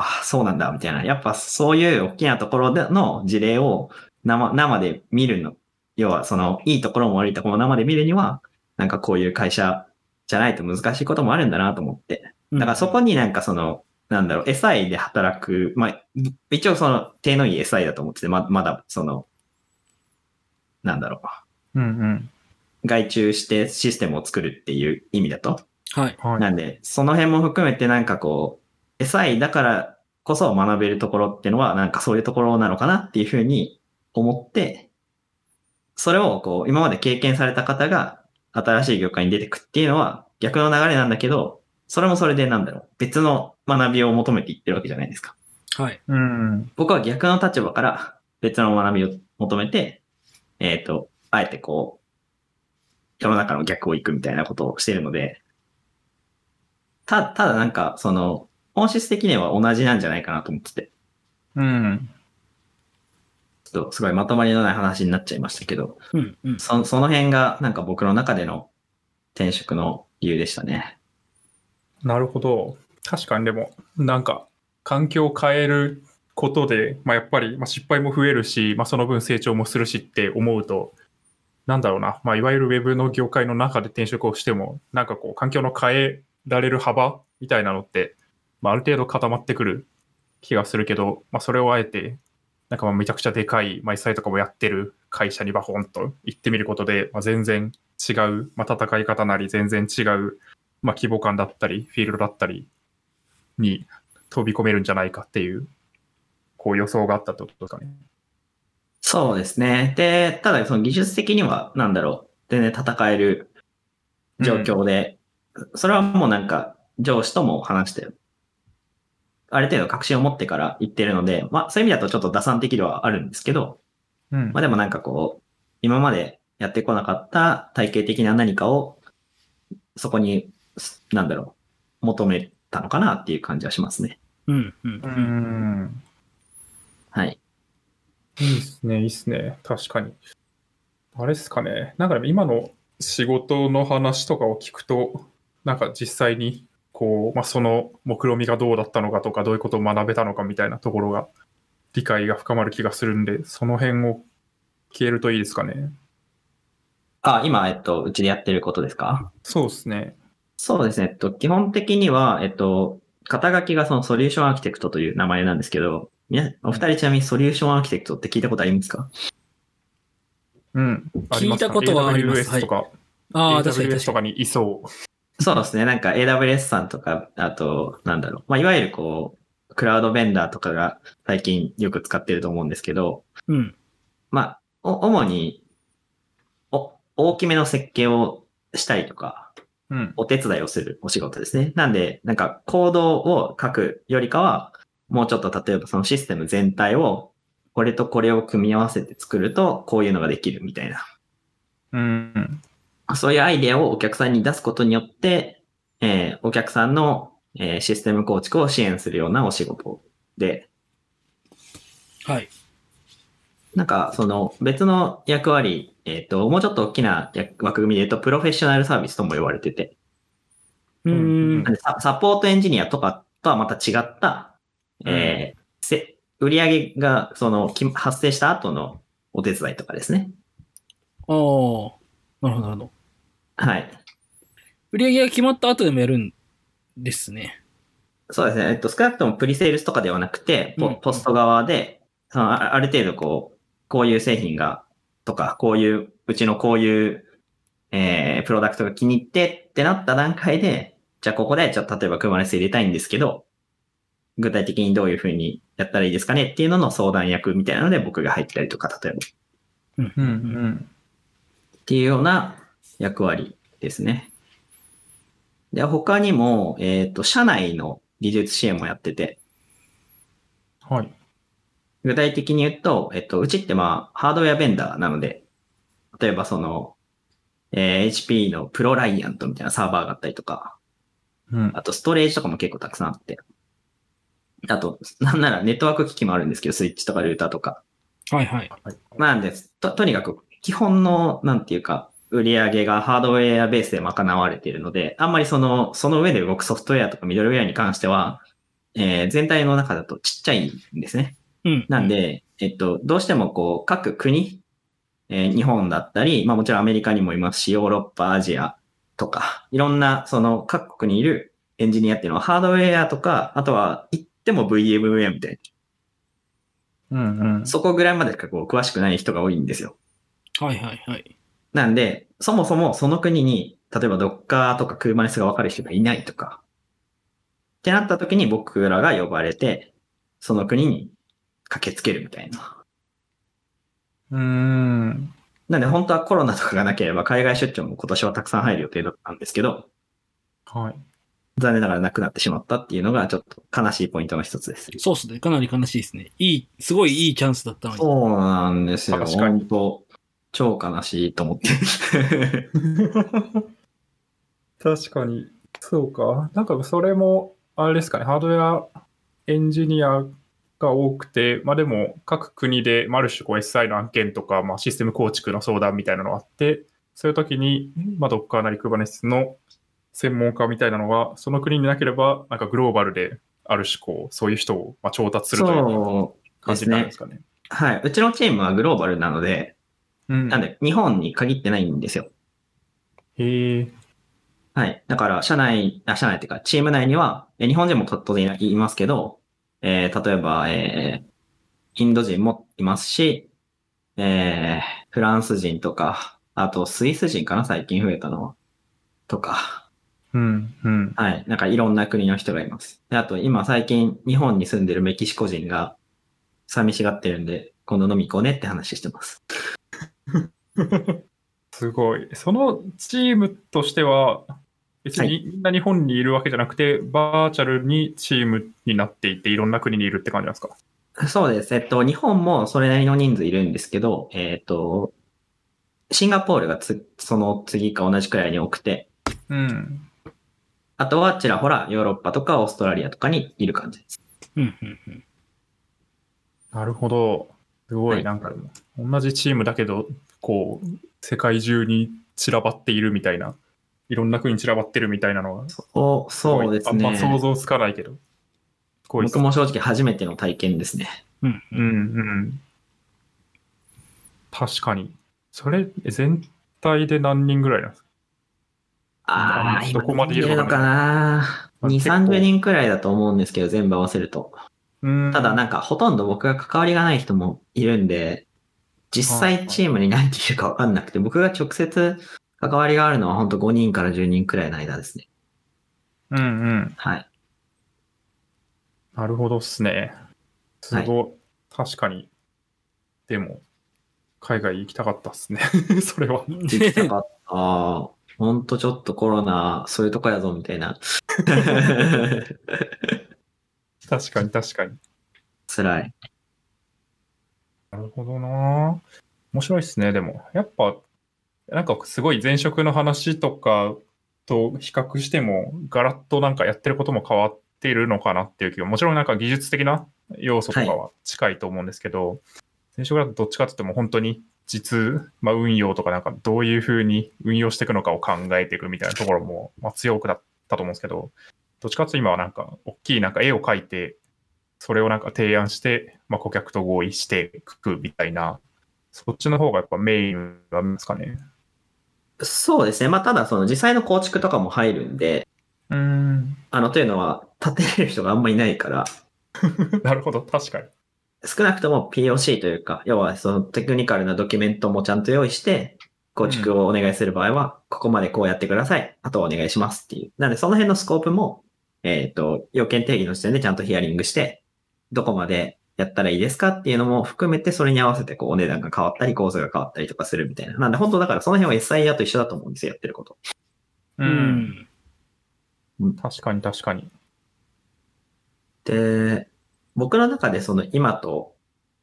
Speaker 3: あ、そうなんだ、みたいな。やっぱそういう大きなところでの事例を生生で見るの。要は、その、いいところも悪いところも生で見るには、なんかこういう会社じゃないと難しいこともあるんだなと思って。だからそこになんかその、なんだろう、SI で働く、まあ、一応その、手のいい SI だと思ってて、ままだその、なんだろ
Speaker 2: うんうん。
Speaker 3: う、外注してシステムを作るっていう意味だと。
Speaker 1: はい。
Speaker 2: はい。
Speaker 3: なんで、その辺も含めてなんかこう、SI だからこそ学べるところっていうのは、なんかそういうところなのかなっていうふうに思って、それをこう、今まで経験された方が新しい業界に出てくっていうのは逆の流れなんだけど、それもそれでなんだろう、別の学びを求めていってるわけじゃないですか。
Speaker 1: はい。
Speaker 2: うん。
Speaker 3: 僕は逆の立場から別の学びを求めて、えっ、と、あえてこう、世の中の逆を行くみたいなことをしているので、た、ただなんか、その、本質的には同じなんじゃないかなと思ってて、
Speaker 2: うん。
Speaker 3: ちょっとすごいまとまりのない話になっちゃいましたけど、
Speaker 1: うん。うん。
Speaker 3: そその辺がなんか僕の中での転職の理由でしたね。
Speaker 2: なるほど。確かにでも、なんか、環境を変えることで、まあ、やっぱり、まあ、失敗も増えるし、まあ、その分成長もするしって思うと、なんだろうな、まあ、いわゆるウェブの業界の中で転職をしても、なんかこう、環境の変えられる幅みたいなのって、まあ、ある程度固まってくる気がするけど、まあ、それをあえて、なんかまあめちゃくちゃでかい、まあ、サイとかもやってる会社にバホンと行ってみることで、まあ、全然違う、まあ、戦い方なり、全然違うまあ、規模感だったり、フィールドだったりに飛び込めるんじゃないかっていう、こう予想があったってことですかね。
Speaker 3: そうですね。で、ただその技術的には、なんだろう、全然戦える状況で、それはもうなんか上司とも話して、ある程度確信を持ってから言ってるので、まあそういう意味だとちょっと打算的ではあるんですけど、
Speaker 2: うん。うん
Speaker 3: まあでもなんかこう、今までやってこなかった体系的な何かを、そこに、すなんだろう、求めたのかなっていう感じはしますね。
Speaker 1: うん。うん。
Speaker 2: う。ん。
Speaker 3: はい。
Speaker 2: いいですね、いいですね。確かに。あれですかね。なんかでも今の仕事の話とかを聞くと、なんか実際に、こう、まあ、その目論見みがどうだったのかとか、どういうことを学べたのかみたいなところが、理解が深まる気がするんで、その辺を消えるといいですかね。
Speaker 3: あ、今、えっと、うちでやってることですか
Speaker 2: そうですね。
Speaker 3: そうですね。えっと、基本的には、えっと、肩書きがそのソリューションアーキテクトという名前なんですけど、皆お二人ちなみにソリューションアーキテクトって聞いたことありますか
Speaker 2: うん。あり
Speaker 1: 聞
Speaker 2: ますか
Speaker 1: いたことはあります
Speaker 2: AWS とか、
Speaker 1: ああ、確かに
Speaker 2: AWS
Speaker 1: 確か
Speaker 2: とかにいそう。
Speaker 3: そうですね。なんか AWS さんとか、あと、なんだろう。まあ、いわゆるこう、クラウドベンダーとかが最近よく使ってると思うんですけど、
Speaker 1: に。うん。
Speaker 3: まあ、お主に、お、大きめの設計をしたりとか、
Speaker 2: うん。
Speaker 3: お手伝いをするお仕事ですね。なんで、なんかコードを書くよりかは、もうちょっと例えばそのシステム全体を、これとこれを組み合わせて作ると、こういうのができるみたいな。
Speaker 2: うん。
Speaker 3: そういうアイデアをお客さんに出すことによって、えーお客さんの、えーシステム構築を支援するようなお仕事で、
Speaker 1: はい。
Speaker 3: なんか、その別の役割、えっ、と、もうちょっと大きな役枠組みで言うと、プロフェッショナルサービスとも言われてて、
Speaker 1: う
Speaker 2: うん
Speaker 1: ん
Speaker 3: なんでササポートエンジニアとかとはまた違った、えーせ売上が、その、き発生した後のお手伝いとかですね。
Speaker 1: ああ、なるほど、なるほど。
Speaker 3: はい。
Speaker 1: 売り上げが決まった後でもやるんですね。
Speaker 3: そうですね。えっと、少なくともプリセールスとかではなくて、ポ
Speaker 1: うん
Speaker 3: ポスト側で、そのあある程度こう、こういう製品が、とか、こういう、うちのこういう、えー、プロダクトが気に入ってってなった段階で、じゃあここで、じゃあ例えば Kubernetes 入れたいんですけど、具体的にどういうふうにやったらいいですかねっていうのの相談役みたいなので僕が入ったりとか、例えば
Speaker 1: うん
Speaker 2: うんうん。
Speaker 3: っていうような役割ですね。で、他にも、えっ、と、社内の技術支援もやってて、
Speaker 2: はい。
Speaker 3: 具体的に言うと、えっと、うちってまあ、ハードウェアベンダーなので、例えばその、えー HP のプロライアントみたいなサーバーがあったりとか、
Speaker 2: うん。
Speaker 3: あとストレージとかも結構たくさんあって、あと、なんならネットワーク機器もあるんですけど、スイッチとかルーターとか。
Speaker 1: はいはい。
Speaker 3: まあなんです。と、とにかく、基本の、なんていうか、売り上げがハードウェアベースで賄われているので、あんまりその、その上で動くソフトウェアとかミドルウェアに関しては、えー全体の中だとちっちゃいんですね。
Speaker 1: うん。
Speaker 3: なんで、えっと、どうしてもこう、各国、えー日本だったり、まあもちろんアメリカにもいますし、ヨーロッパ、アジアとか、いろんな、その各国にいるエンジニアっていうのはハードウェアとか、あとは言っても VMWare みたい
Speaker 2: うんうん
Speaker 3: な、。そこぐらいまでしかこう、詳しくない人が多いんですよ。
Speaker 1: はいはいはい。
Speaker 3: なんで、そもそもその国に、例えば Docker とか Kubernetes が分かる人がいないとか、ってなった時に僕らが呼ばれて、その国に駆けつけるみたいな。
Speaker 2: うん。
Speaker 3: なんで本当はコロナとかがなければ海外出張も今年はたくさん入る予定だったんですけど、
Speaker 2: はい。
Speaker 3: 残念ながらなくなってしまったっていうのがちょっと悲しいポイントの一つです。
Speaker 1: そうっすね。かなり悲しいですね。いい、すごいいいチャンスだったのに。
Speaker 3: そうなんですよ。
Speaker 2: 確かに
Speaker 3: 本当超悲しいと思 って。
Speaker 2: 確かに。そうか。なんかそれも、あれですかね、ハードウェアエンジニアが多くて、まあでも各国で、まあある種こう SI の案件とか、まあシステム構築の相談みたいなのがあって、そういう時に、まあ Docker なり Kubernetes の専門家みたいなのが、その国になければ、なんかグローバルで、ある種こう、そういう人をまあ調達するという
Speaker 3: そう
Speaker 2: 感
Speaker 3: で
Speaker 2: じ
Speaker 3: す
Speaker 2: になるん
Speaker 3: ね
Speaker 2: です。かね。
Speaker 3: はい。うちのチームはグローバルなので、
Speaker 2: うん
Speaker 3: なんで日本に限ってないんですよ。
Speaker 2: へえ。
Speaker 3: はい。だから、社内、あ、社内っていうか、チーム内には、え日本人もと当然いますけど、えー例えば、えーインド人もいますし、えーフランス人とか、あと、スイス人かな、最近増えたのは。とか、
Speaker 2: うん、うん。
Speaker 3: はい。なんか、いろんな国の人がいます。であと、今、最近、日本に住んでるメキシコ人が、寂しがってるんで、今度飲み行こうねって話してます。
Speaker 2: すごい。そのチームとしては、別
Speaker 3: は
Speaker 2: にみんな日本にいるわけじゃなくて、バーチャルにチームになっていて、いろんな国にいるって感じなんですか。
Speaker 3: そうです。えっと、日本もそれなりの人数いるんですけど、えっと、シンガポールがつ、その次か同じくらいに多くて、
Speaker 2: うん。
Speaker 3: あとはちらほらヨーロッパとかオーストラリアとかにいる感じです。
Speaker 1: うんうんうん。
Speaker 2: なるほど。すごい、
Speaker 3: はい
Speaker 2: なんかでも、同じチームだけど、こう、世界中に散らばっているみたいな、いろんな国に散らばってるみたいなのは、す
Speaker 3: お、
Speaker 2: ごい
Speaker 3: そうです
Speaker 2: あんま想
Speaker 3: ね。
Speaker 2: 像つかないけど、すごいです
Speaker 3: 僕も正直初めての体験ですね。
Speaker 1: うんう
Speaker 2: うん
Speaker 1: ん。
Speaker 2: うん。確かに。それ、全体で何人ぐらいなんですか
Speaker 3: ああ、
Speaker 2: ど
Speaker 3: 今
Speaker 2: こまでいる
Speaker 3: いる
Speaker 2: の
Speaker 3: の
Speaker 2: か
Speaker 3: かな
Speaker 2: まあ
Speaker 3: ?2、
Speaker 2: 結構
Speaker 3: 30人くらいだと思うんですけど、全部合わせると。
Speaker 2: うん
Speaker 3: ただなんかほとんど僕が関わりがない人もいるんで、実際チームに何ているかわかんなくて、僕が直接関わりがあるのはほんと5人から10人くらいの間ですね。
Speaker 2: うんうん。
Speaker 3: はい。
Speaker 2: なるほどっすね。すごい。確かに。でも、海外行きたかったっすね。 それは。
Speaker 3: 行きたかった。ほんとちょっとコロナ、そういうとこやぞみたいな。
Speaker 2: 確かに確かに。
Speaker 3: 辛い。
Speaker 2: なるほどな面白いっすね、でも。やっぱ、なんかすごい前職の話とかと比較しても、ガラッとなんかやってることも変わっているのかなっていう気が、もちろんなんか技術的な要素とかは近いと思うんですけど、転職だとどっちかって言っても本当に実、まあ、運用とかなんかどういうふうに運用していくのかを考えていくみたいなところも、まあ、強くだったと思うんですけど、どっちかっていうと今はなんか大きいなんか絵を描いて、それをなんか提案して、まあ、顧客と合意していくみたいな、そっちの方がやっぱメインなんですかね。
Speaker 3: そうですね。まあ、ただ、その実際の構築とかも入るんで、
Speaker 2: うん。
Speaker 3: あの、というのは、立てれる人があんまいないから、
Speaker 2: なるほど、確かに。
Speaker 3: 少なくとも POC というか、要はそのテクニカルなドキュメントもちゃんと用意して、構築をお願いする場合は、ここまでこうやってください。あとはお願いしますっていう。なので、その辺のスコープも、えっ、と、要件定義の時点でちゃんとヒアリングして、どこまでやったらいいですかっていうのも含めて、それに合わせてこうお値段が変わったり、構図が変わったりとかするみたいな。なんで、本当だからその辺は SIA と一緒だと思うんですよ、やってること。
Speaker 1: う。ん。
Speaker 2: 確かに確かに。
Speaker 3: で、僕の中でその今と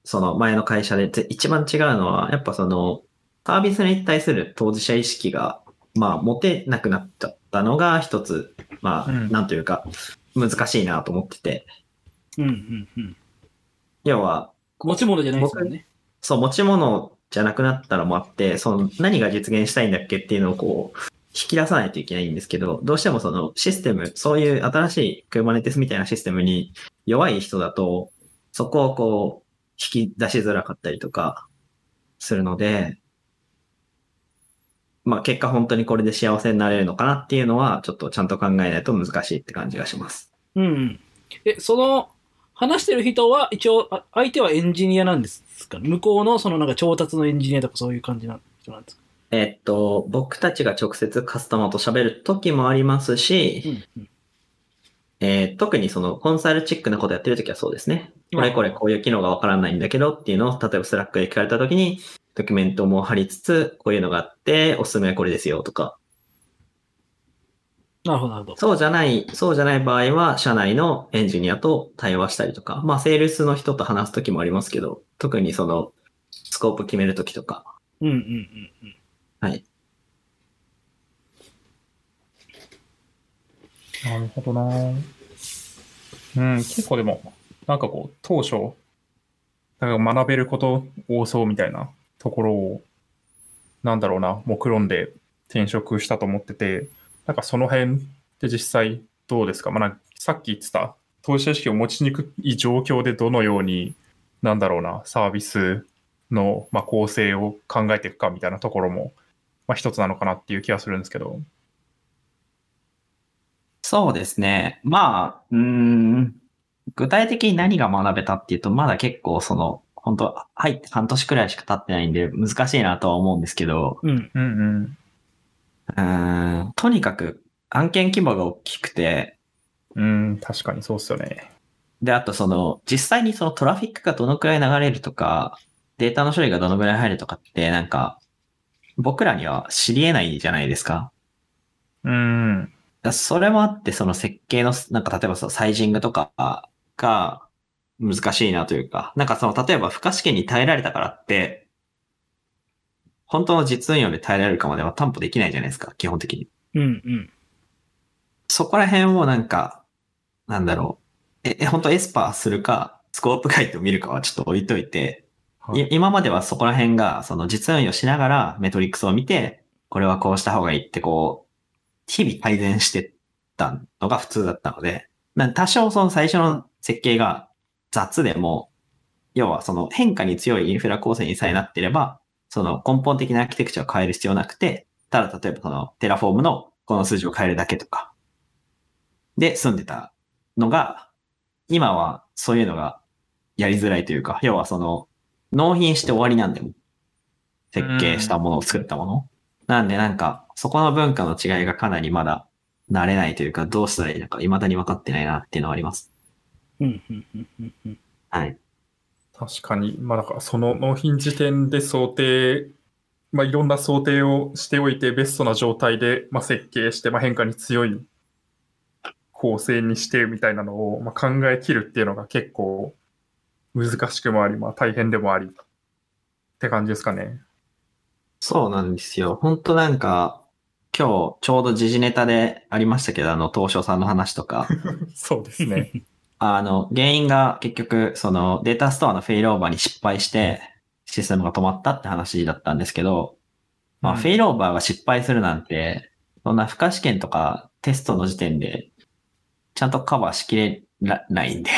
Speaker 3: その前の会社でぜ一番違うのは、やっぱそのサービスに対する当事者意識が、まあ持てなくなっちゃったのが一つ、まあ、
Speaker 2: うん
Speaker 3: なんというか難しいなと思ってて、
Speaker 1: うん。うん。うん。
Speaker 3: 要は、
Speaker 1: 持ち物じゃないですもんね。
Speaker 3: そう持ち物じゃなくなったのもあって、その何が実現したいんだっけっていうのをこう、引き出さないといけないんですけど、どうしてもそのシステム、そういう新しい Kubernetes みたいなシステムに弱い人だと、そこをこう、引き出しづらかったりとかするので、まあ結果本当にこれで幸せになれるのかなっていうのは、ちょっとちゃんと考えないと難しいって感じがします。
Speaker 1: うんうん。え、その、話してる人は一応、あ相手はエンジニアなんですか向こうのそのなんか調達のエンジニアとかそういう感じな人なんですか
Speaker 3: えっと、僕たちが直接カスタマーと喋る時もありますし、
Speaker 1: うんうん。
Speaker 3: えー特にそのコンサルチックなことやってるときはそうですね。
Speaker 1: うん
Speaker 3: これこれこういう機能がわからないんだけどっていうのを、例えばスラックで聞かれたときに、ドキュメントも貼りつつ、こういうのがあって、おすすめはこれですよとか。
Speaker 1: なるほど、なるほど。
Speaker 3: そうじゃない、そうじゃない場合は、社内のエンジニアと対話したりとか、まあ、セールスの人と話すときもありますけど、特にその、スコープ決めるときとか、
Speaker 1: うんうんうんうん。
Speaker 2: なるほどなうん、結構でも、なんかこう、当初、なんか学べること多そうみたいなところを、なんだろうな、目論んで転職したと思ってて、なんかその辺って実際どうですかまあなんか、さっき言ってた、投資者意識を持ちにくい状況でどのように、なんだろうな、サービスの、まあ、構成を考えていくかみたいなところも、まあ一つなのかなっていう気がするんですけど。
Speaker 6: そうですね。まあ、うーん、具体的に何が学べたっていうと、まだ結構その、本当入って半年くらいしか経ってないんで、難しいなとは思うんですけど、
Speaker 1: うん。
Speaker 2: うんうん。
Speaker 6: うーん、とにかく案件規模が大きくて、
Speaker 2: うん、確かにそうっすよね。
Speaker 6: で、あとその、実際にそのトラフィックがどのくらい流れるとか、データの処理がどのくらい入るとかって、なんか、僕らには知り得ないじゃないですか。
Speaker 2: うん。
Speaker 6: だそれもあって、その設計の、なんか例えばそのサイジングとかが難しいなというか、なんかその例えば不可試験に耐えられたからって、本当の実運用で耐えられるかまでは担保できないじゃないですか、基本的に。
Speaker 1: うんうん。
Speaker 6: そこら辺をなんか、なんだろう。え、え本当エスパーするか、スコープガイドを見るかはちょっと置いといて、い今まではそこら辺が、その実運用しながらメトリックスを見て、これはこうした方がいいってこう、日々改善してったのが普通だったので、な多少その最初の設計が雑でも、要はその変化に強いインフラ構成にさえなっていれば、その根本的なアーキテクチャを変える必要なくて、ただ例えばそのテラフォームのこの数字を変えるだけとか、で済んでたのが、今はそういうのがやりづらいというか、要はその納品して終わりなんでも。設計したものを作ったもの。なんでなんか、そこの文化の違いがかなりまだ慣れないというか、どうしたらいいのか、未だに分かってないなっていうのはあります。
Speaker 1: うんうんうんうんうん。
Speaker 6: はい。
Speaker 2: 確かに、まあ、だからその納品時点で想定、まあ、いろんな想定をしておいて、ベストな状態で、まあ、設計して、まあ、変化に強い構成にしてみたいなのを、まあ、考え切るっていうのが結構難しくもあり、まあ、大変でもありって感じです かね。
Speaker 6: そうなんですよ。ほんとなんか、今日ちょうど時事ネタでありましたけど、あの、東証さんの話と か、
Speaker 2: そうですね。
Speaker 6: あの、原因が結局、そのデータストアのフェイルオーバーに失敗して、システムが止まったって話だったんですけど、ま
Speaker 2: う
Speaker 6: あ、
Speaker 2: ん
Speaker 6: フェイルオーバーが失敗するなんて、そんな負荷試験とかテストの時点で、ちゃんとカバーしきれないんで、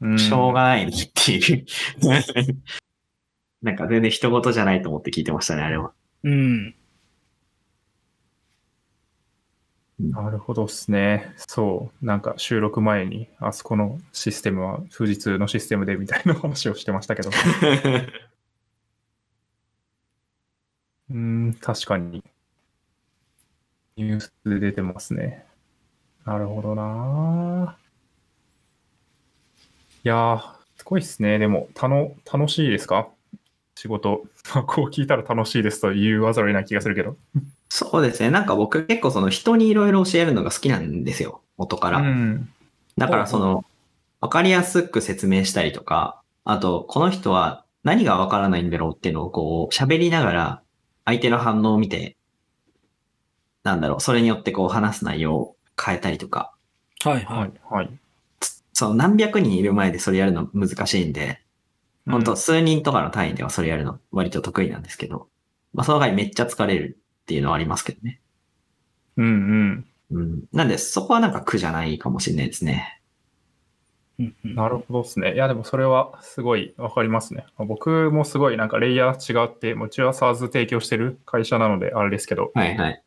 Speaker 2: うん
Speaker 6: しょうがないっていう。 なんか全然人事じゃないと思って聞いてましたね、あ れは。
Speaker 1: うん。
Speaker 2: なるほどですね。そう。なんか収録前に、あそこのシステムは富士通のシステムでみたいな話をしてましたけど。うーん、確かに。ニュースで出てますね。なるほどなぁいやー、すごいっすね。でも、たの、楽しいですか仕事。 まあこう聞いたら楽しいですと言わざるを得ない気がするけど。
Speaker 3: そうですね。なんか僕結構その人にいろいろ教えるのが好きなんですよ。元か
Speaker 2: う
Speaker 3: ら。
Speaker 2: ん。
Speaker 3: だからその、わかりやすく説明したりとか、あと、この人は何がわからないんだろうっていうのをこう、喋りながら、相手の反応を見て、なんだろう、それによってこう話す内容を変えたりとか、
Speaker 1: はいは。
Speaker 2: はいい、はい。
Speaker 3: その何百人いる前でそれやるの難しいんで、本当数人とかの単位ではそれやるの割と得意なんですけど、まあその代わりめっちゃ疲れるっていうのはありますけどね。
Speaker 2: うんうん。
Speaker 3: うん。なんでそこはなんか苦じゃないかもしれないですね。
Speaker 1: うんうん
Speaker 2: なるほどですね。いや、でもそれはすごいわかりますね。僕もすごいなんかレイヤー違って、もうちは SARS 提供してる会社なのであれですけど、
Speaker 3: はいはい。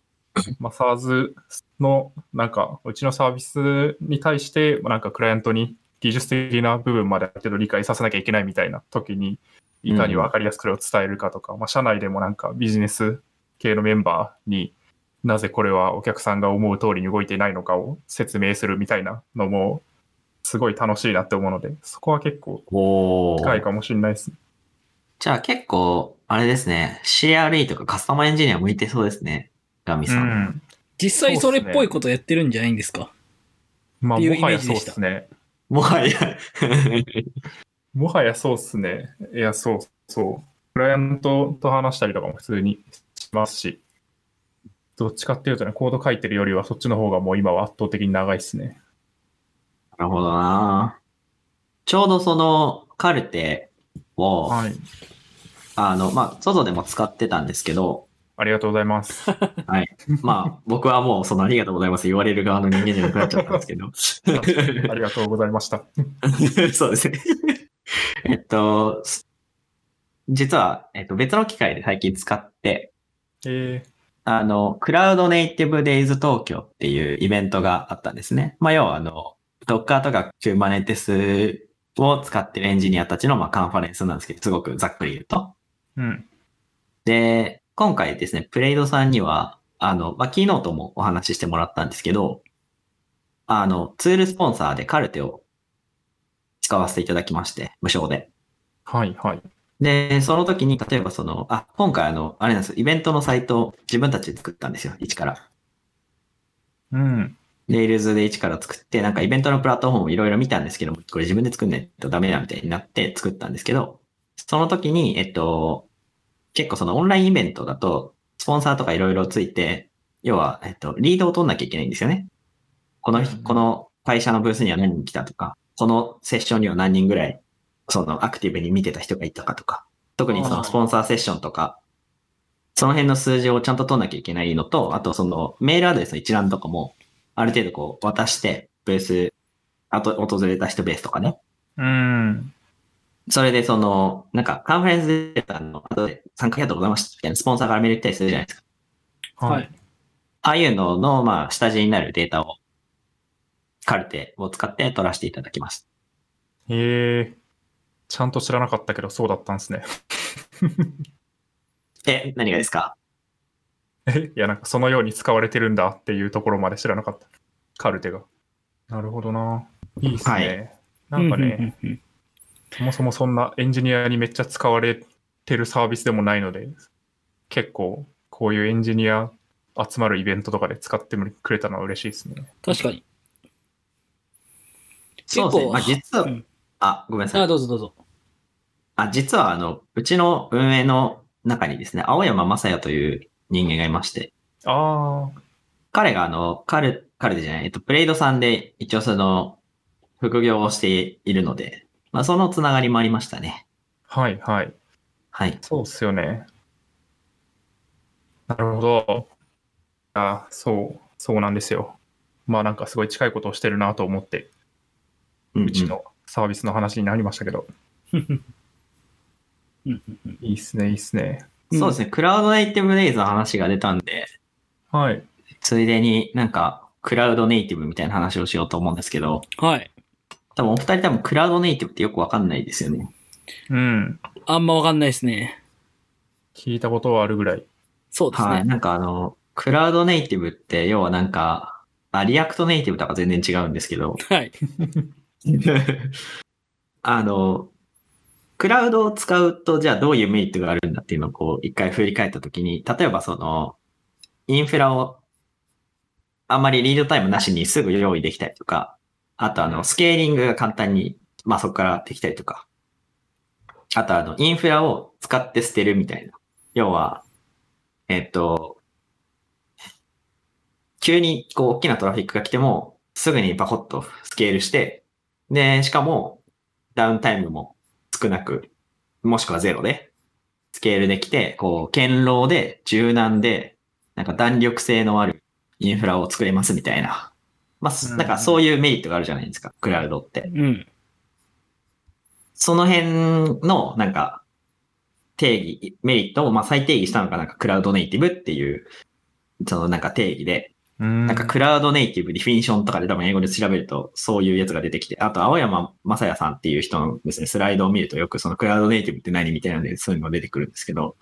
Speaker 2: まあ、SARS のなんかうちのサービスに対して、まあなんかクライアントに技術的な部分まである程度理解させなきゃいけないみたいな時に、いかにわかりやすくそれを伝えるかとか、まあ、社内でもなんかビジネス系のメンバーになぜこれはお客さんが思う通りに動いていないのかを説明するみたいなのも、すごい楽しいなって思うので、そこは結構
Speaker 6: お
Speaker 2: 近いかもしれないですね。
Speaker 3: じゃあ結構、あれですね、CRE とかカスタマーエンジニア向いてそうですね、ガミ
Speaker 2: う
Speaker 3: さん。
Speaker 2: ん。
Speaker 1: 実際それっぽいことやってるんじゃないんですか
Speaker 2: まあ、
Speaker 1: っていう
Speaker 2: もは
Speaker 1: イメージ
Speaker 2: やそう
Speaker 1: で
Speaker 2: で
Speaker 1: した
Speaker 2: すね。
Speaker 3: もはや、
Speaker 2: もはやそうっすね。いや、そうそう。クライアントと話したりとかも普通にしますし、どっちかっていうとね、コード書いてるよりはそっちの方がもう今は圧倒的に長いっすね。
Speaker 3: なるほどなちょうどその、カルテを、
Speaker 2: はい。
Speaker 3: あの、まあ、外でも使ってたんですけど、
Speaker 2: ありがとうござい ます。
Speaker 3: まあ、僕はもうそのありがとうございます言われる側の人間じゃなくなっちゃったんですけど。
Speaker 2: ありがとうございました。
Speaker 3: そうですね。えっと、す実は、えっと、別の機会で最近使って、
Speaker 2: え
Speaker 3: あの、クラウドネイティブデイズ東京っていうイベントがあったんですね。まあ、要はあの、Docker とか Kubernetes を使ってるエンジニアたちの、まあ、カンファレンスなんですけど、すごくざっくり言うと。
Speaker 2: ー、うん。
Speaker 3: で、今回ですね、プレイドさんには、あの、まあ、キーノートもお話ししてもらったんですけど、あの、ツールスポンサーでカルテを使わせていただきまして、無償で。
Speaker 2: はいはい。
Speaker 3: で、その時に、例えばその、あ、今回あの、あれなんですよ、イベントのサイトを自分たちで作ったんですよ、一から。
Speaker 2: うん。
Speaker 3: レイルズで一から作って、なんかイベントのプラットフォームいろいろ見たんですけども、これ自分で作んないとダメだみたいになって作ったんですけど、その時に、えっと、結構そのオンラインイベントだと、スポンサーとかいろいろついて、要は、えっと、リードを取んなきゃいけないんですよね。この日、
Speaker 2: うん
Speaker 3: この会社のブースには何人来たとか、このセッションには何人ぐらい、そのアクティブに見てた人がいたかとか、特にそ
Speaker 1: あー
Speaker 3: のスポンサーセッションとか、その辺の数字をちゃんと取んなきゃいけないのと、あとそのメールアドレスの一覧とかも、ある程度こう渡して、ブース、あと訪れた人ベースとかね。
Speaker 2: うん。
Speaker 3: それでその、なんかカンファレンスで、あの、後で参加ありがとうございましたみたいなスポンサーからメール来たりするじゃないですか。
Speaker 1: はい。。
Speaker 3: ああいうのの、まあ、下地になるデータを、カルテを使って取らせていただきます。
Speaker 2: えー、ちゃんと知らなかったけど、そうだったんですね。
Speaker 3: え、何がですか
Speaker 2: えいや、なんかそのように使われてるんだっていうところまで知らなかった。カルテが。なるほどな。いいっすね。なんかね、
Speaker 1: うんうんうん
Speaker 2: そもそもそんなエンジニアにめっちゃ使われてるサービスでもないので、結構こういうエンジニア集まるイベントとかで使ってくれたのは嬉しいですね。
Speaker 1: 確かに。結
Speaker 3: そうですね。
Speaker 1: 構、
Speaker 3: まあ、実は、
Speaker 1: うん
Speaker 3: あ、ごめんなさい
Speaker 1: あ、。どうぞどうぞ。
Speaker 3: あ、実はあの、うちの運営の中にですね、青山正也という人間がいまして、
Speaker 2: ああ、
Speaker 3: 彼があの、カル、カルテじゃない、えっと、プレイドさんで一応その、副業をしているので、まあ、そのつながりもありましたね。
Speaker 2: はいはい。
Speaker 3: はい。
Speaker 2: そうっすよね。なるほど。あそう、そうなんですよ。まあなんかすごい近いことをしてるなと思って、
Speaker 3: うん
Speaker 2: うちのサービスの話になりましたけど、
Speaker 1: うん
Speaker 2: いいっすね、いいっすね。
Speaker 3: うんそうですね。クラウドネイティブデイズの話が出たんで、
Speaker 2: はい。
Speaker 3: ついでになんか、クラウドネイティブみたいな話をしようと思うんですけど、
Speaker 1: はい。
Speaker 3: 多分お二人多分クラウドネイティブってよくわかんないですよね。
Speaker 2: うん。
Speaker 1: あんまわかんないですね。
Speaker 2: 聞いたことはあるぐらい。
Speaker 1: そうですね。
Speaker 3: はい。なんかあの、クラウドネイティブって要はなんか、あ、リアクトネイティブとか全然違うんですけど、
Speaker 1: はい。
Speaker 3: あの、クラウドを使うと、じゃあどういうメリットがあるんだっていうのをこう、一回振り返ったときに、例えばその、インフラをあんまりリードタイムなしにすぐ用意できたりとか、あとあの、スケーリングが簡単に、まあそこからできたりとか、あとあの、インフラを使って捨てるみたいな。要は、えっと、急にこう大きなトラフィックが来ても、すぐにパコッとスケールして、で、しかも、ダウンタイムも少なく、もしくはゼロで、スケールできて、こう、堅牢で、柔軟で、なんか弾力性のあるインフラを作れますみたいな。まあ
Speaker 2: う
Speaker 3: す、
Speaker 2: ん
Speaker 3: なんかそういうメリットがあるじゃないですか、クラウドって。
Speaker 1: うん。
Speaker 3: その辺の、なんか、定義、メリットを、まあ、再定義したのが、なんか、クラウドネイティブっていう、そのなんか定義で、
Speaker 2: うん。
Speaker 3: なんかクラウドネイティブディフィニションとかで多分英語で調べるとそういうやつが出てきて、あと青山正也さんっていう人のですね、スライドを見るとよくそのクラウドネイティブって何みたいなのでそういうのが出てくるんですけど、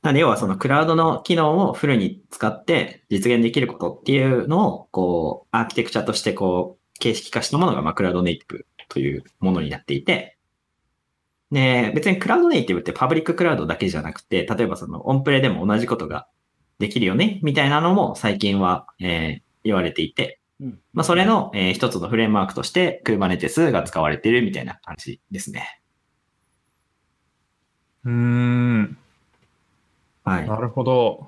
Speaker 3: なんで要はそのクラウドの機能をフルに使って実現できることっていうのを、こう、アーキテクチャとしてこう、形式化したものがまあクラウドネイティブというものになっていて、で、別にクラウドネイティブってパブリッククラウドだけじゃなくて、例えばそのオンプレでも同じことができるよね、みたいなのも最近は、えー言われていて、
Speaker 1: うん
Speaker 3: まあ、それの、えー一つのフレームワークとして Kubernetes が使われているみたいな感じですね。
Speaker 2: うん。
Speaker 3: はい。
Speaker 2: なるほど。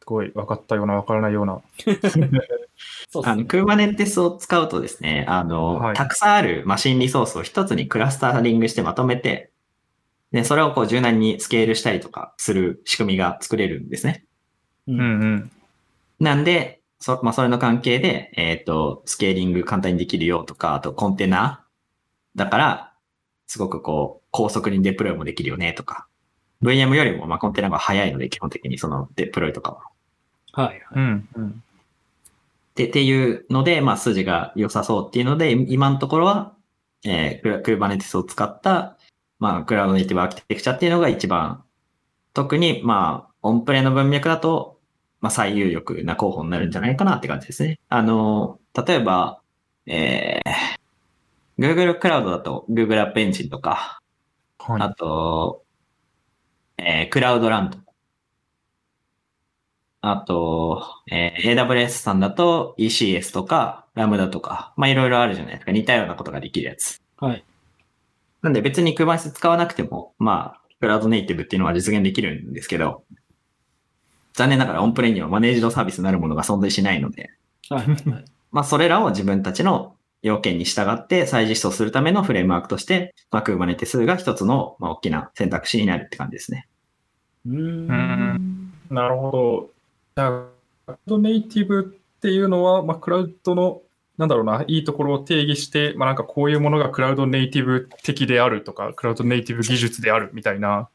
Speaker 2: すごい、分かったような、分からないような。
Speaker 1: そう
Speaker 3: あ
Speaker 1: です
Speaker 3: の、
Speaker 1: ね。
Speaker 3: Kubernetes を使うとですね、あの、
Speaker 2: はい
Speaker 3: たくさんあるマシンリソースを一つにクラスタリングしてまとめて、で、それをこう柔軟にスケールしたりとかする仕組みが作れるんですね。
Speaker 1: う
Speaker 2: うん
Speaker 1: ん。
Speaker 2: うん。
Speaker 3: なんで、そ、まあ、それの関係で、えっ、と、スケーリング簡単にできるよとか、あとコンテナだから、すごくこう、高速にデプロイもできるよねとか、VM よりも、まあ、コンテナが早いので、基本的にそのデプロイとかは。
Speaker 1: はい。
Speaker 2: うん。うん。
Speaker 3: で、っていうので、まあ、数字が良さそうっていうので、い今のところは、えー、クラ Kubernetes を使った、まあ、クラウドネイティブアーキテクチャっていうのが一番、特に、まあ、オンプレの文脈だと、まあ、最有力な候補になるんじゃないかなって感じですね。あの、例えば、えー、Google クラウドだと Google App Engine とか、
Speaker 2: はい。
Speaker 3: あと、えークラウドランド。あと、えー AWS さんだと ECS とか、ラムダとか、まあ、いろいろあるじゃないですか。似たようなことができるやつ。
Speaker 1: はい。
Speaker 3: なんで別に Kubernetes 使わなくても、まあ、クラウドネイティブっていうのは実現できるんですけど、残念ながらオンプレにはマネージドサービスなるものが存在しないので、
Speaker 1: はい。
Speaker 3: まあ、それらを自分たちの要件に従って再実装するためのフレームワークとして、まあ、Kubernetes が一つの、まあ、大きな選択肢になるって感じですね。
Speaker 1: うー。
Speaker 2: うんなるほど。じゃあ、クラウドネイティブっていうのは、まあ、クラウドの、なんだろうな、いいところを定義して、まあ、なんかこういうものがクラウドネイティブ的であるとか、クラウドネイティブ技術であるみたいな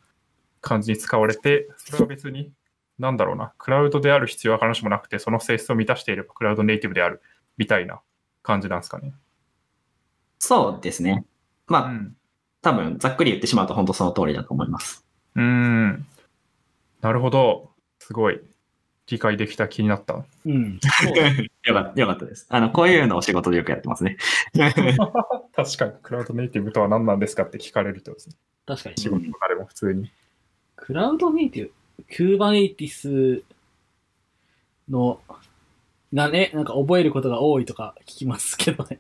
Speaker 2: 感じに使われて、それは別に、なんだろうな、クラウドである必要は必ずしもなくて、その性質を満たしていればクラウドネイティブであるみたいな感じなんですかね。
Speaker 3: そうですね。
Speaker 2: う
Speaker 3: まあ、
Speaker 2: ん。
Speaker 3: 多分、ざっくり言ってしまうと本当その通りだと思います。
Speaker 2: うん。なるほど。すごい。理解できた気になった。
Speaker 1: うん。そうですね
Speaker 3: よかったよかったです。あの、こういうのを仕事でよくやってます ね。
Speaker 2: 確かに、クラウドネイティブとは何なんですかって聞かれるとですね、
Speaker 1: 確かに。
Speaker 2: 仕事のあれも普通に。
Speaker 1: クラウドネイティブ、キューバネイティスの、がね、なんか覚えることが多いとか聞きますけどね。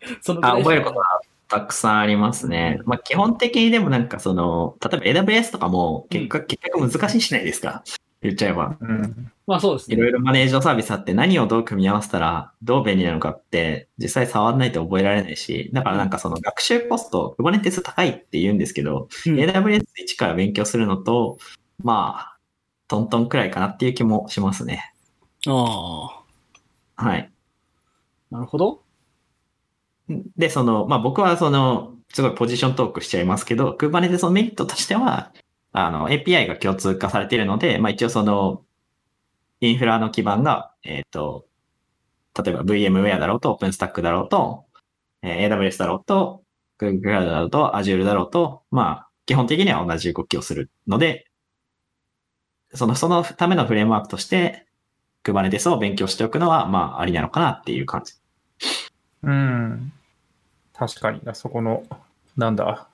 Speaker 1: そのぐら
Speaker 3: あ、
Speaker 1: いしか
Speaker 3: 覚えることはたくさんありますね。まあ、基本的にでもなんかその、例えば AWS とかも結果、結局難しいじゃないですか。言っちゃえば。
Speaker 2: うん。
Speaker 1: まあそうです
Speaker 3: い
Speaker 1: ね。
Speaker 3: ろいろマネージャーサービスあって何をどう組み合わせたらどう便利なのかって実際触らないと覚えられないし、だからなんかその学習コスト、Kubernetes 高いって言うんですけど、
Speaker 1: うん
Speaker 3: AWS 一から勉強するのと、まあ、トントンくらいかなっていう気もしますね。
Speaker 1: あ
Speaker 3: はい。
Speaker 1: あ、なるほど。
Speaker 3: で、その、まあ僕はその、すごいポジショントークしちゃいますけど、Kubernetes のメリットとしては、あの、API が共通化されているので、まあ一応その、インフラの基盤が、えっ、と、例えば VMware だろうと、OpenStack だろうと、えー AWS だろうと、Google Cloud だろうと、Azure だろうと、まあ、基本的には同じ動きをするので、その、そのためのフレームワークとして、Kubernetes を勉強しておくのは、まあ、ありなのかなっていう感じ。
Speaker 2: うん。確かに、あそこの、なんだ、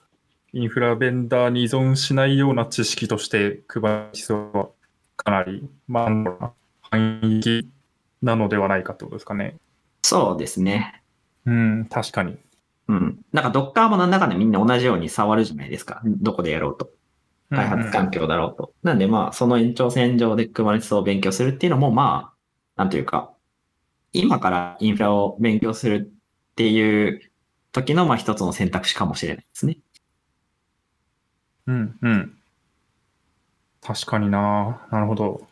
Speaker 2: インフラベンダーに依存しないような知識として、Kubernetes はかなり、まあ、なんだろうな範囲的なのではないかってことですかね。
Speaker 3: そうですね。
Speaker 2: うん、確かに。
Speaker 3: うん。なんか Docker もなんだかんだみんな同じように触るじゃないですか。どこでやろうと。開発環境だろうと。なんでまあ、その延長線上で Kubernetes を勉強するっていうのもまあ、なんというか、今からインフラを勉強するっていう時のまあ一つの選択肢かもしれないですね。
Speaker 2: うんうん。確かにな。なるほど。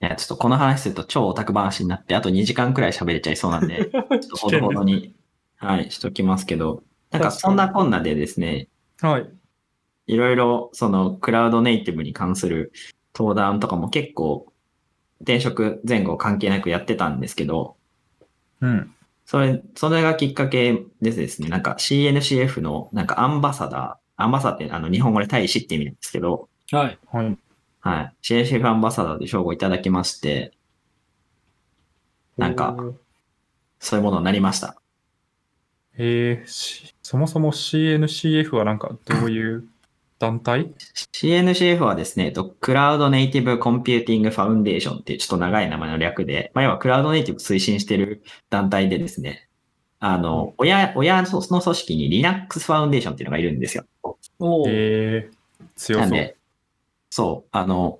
Speaker 3: いや、ちょっとこの話すると超オタク話になって、あと2時間くらい喋れちゃいそうなん で、ちょっとほどほどに、はい、しときますけど、なんかそんなこんなでですね、
Speaker 2: はい。
Speaker 3: いろいろ、その、クラウドネイティブに関する登壇とかも結構、転職前後関係なくやってたんですけど、
Speaker 2: うん。
Speaker 3: それ、それがきっかけでですね、なんか CNCF の、なんかアンバサダー、アンバサダーってあの、日本語で大使って意味なんですけど、
Speaker 1: はい。
Speaker 2: はい。
Speaker 3: はい。CNCF アンバサダーで称号いただきまして、なんかそういうものになりました。
Speaker 2: えー、しそもそも CNCF はなんかどういう団体
Speaker 3: CNCF はですね、えっとクラウドネイティブコンピューティングファウンデーションっていうちょっと長い名前の略で、まあ、要はクラウドネイティブ推進してる団体でですね、あの、親、親の組織に Linux ファウンデーションっていうのがいるんですよ。
Speaker 1: おー
Speaker 2: えー、強
Speaker 3: なん
Speaker 2: そう。
Speaker 3: で、そう、あの、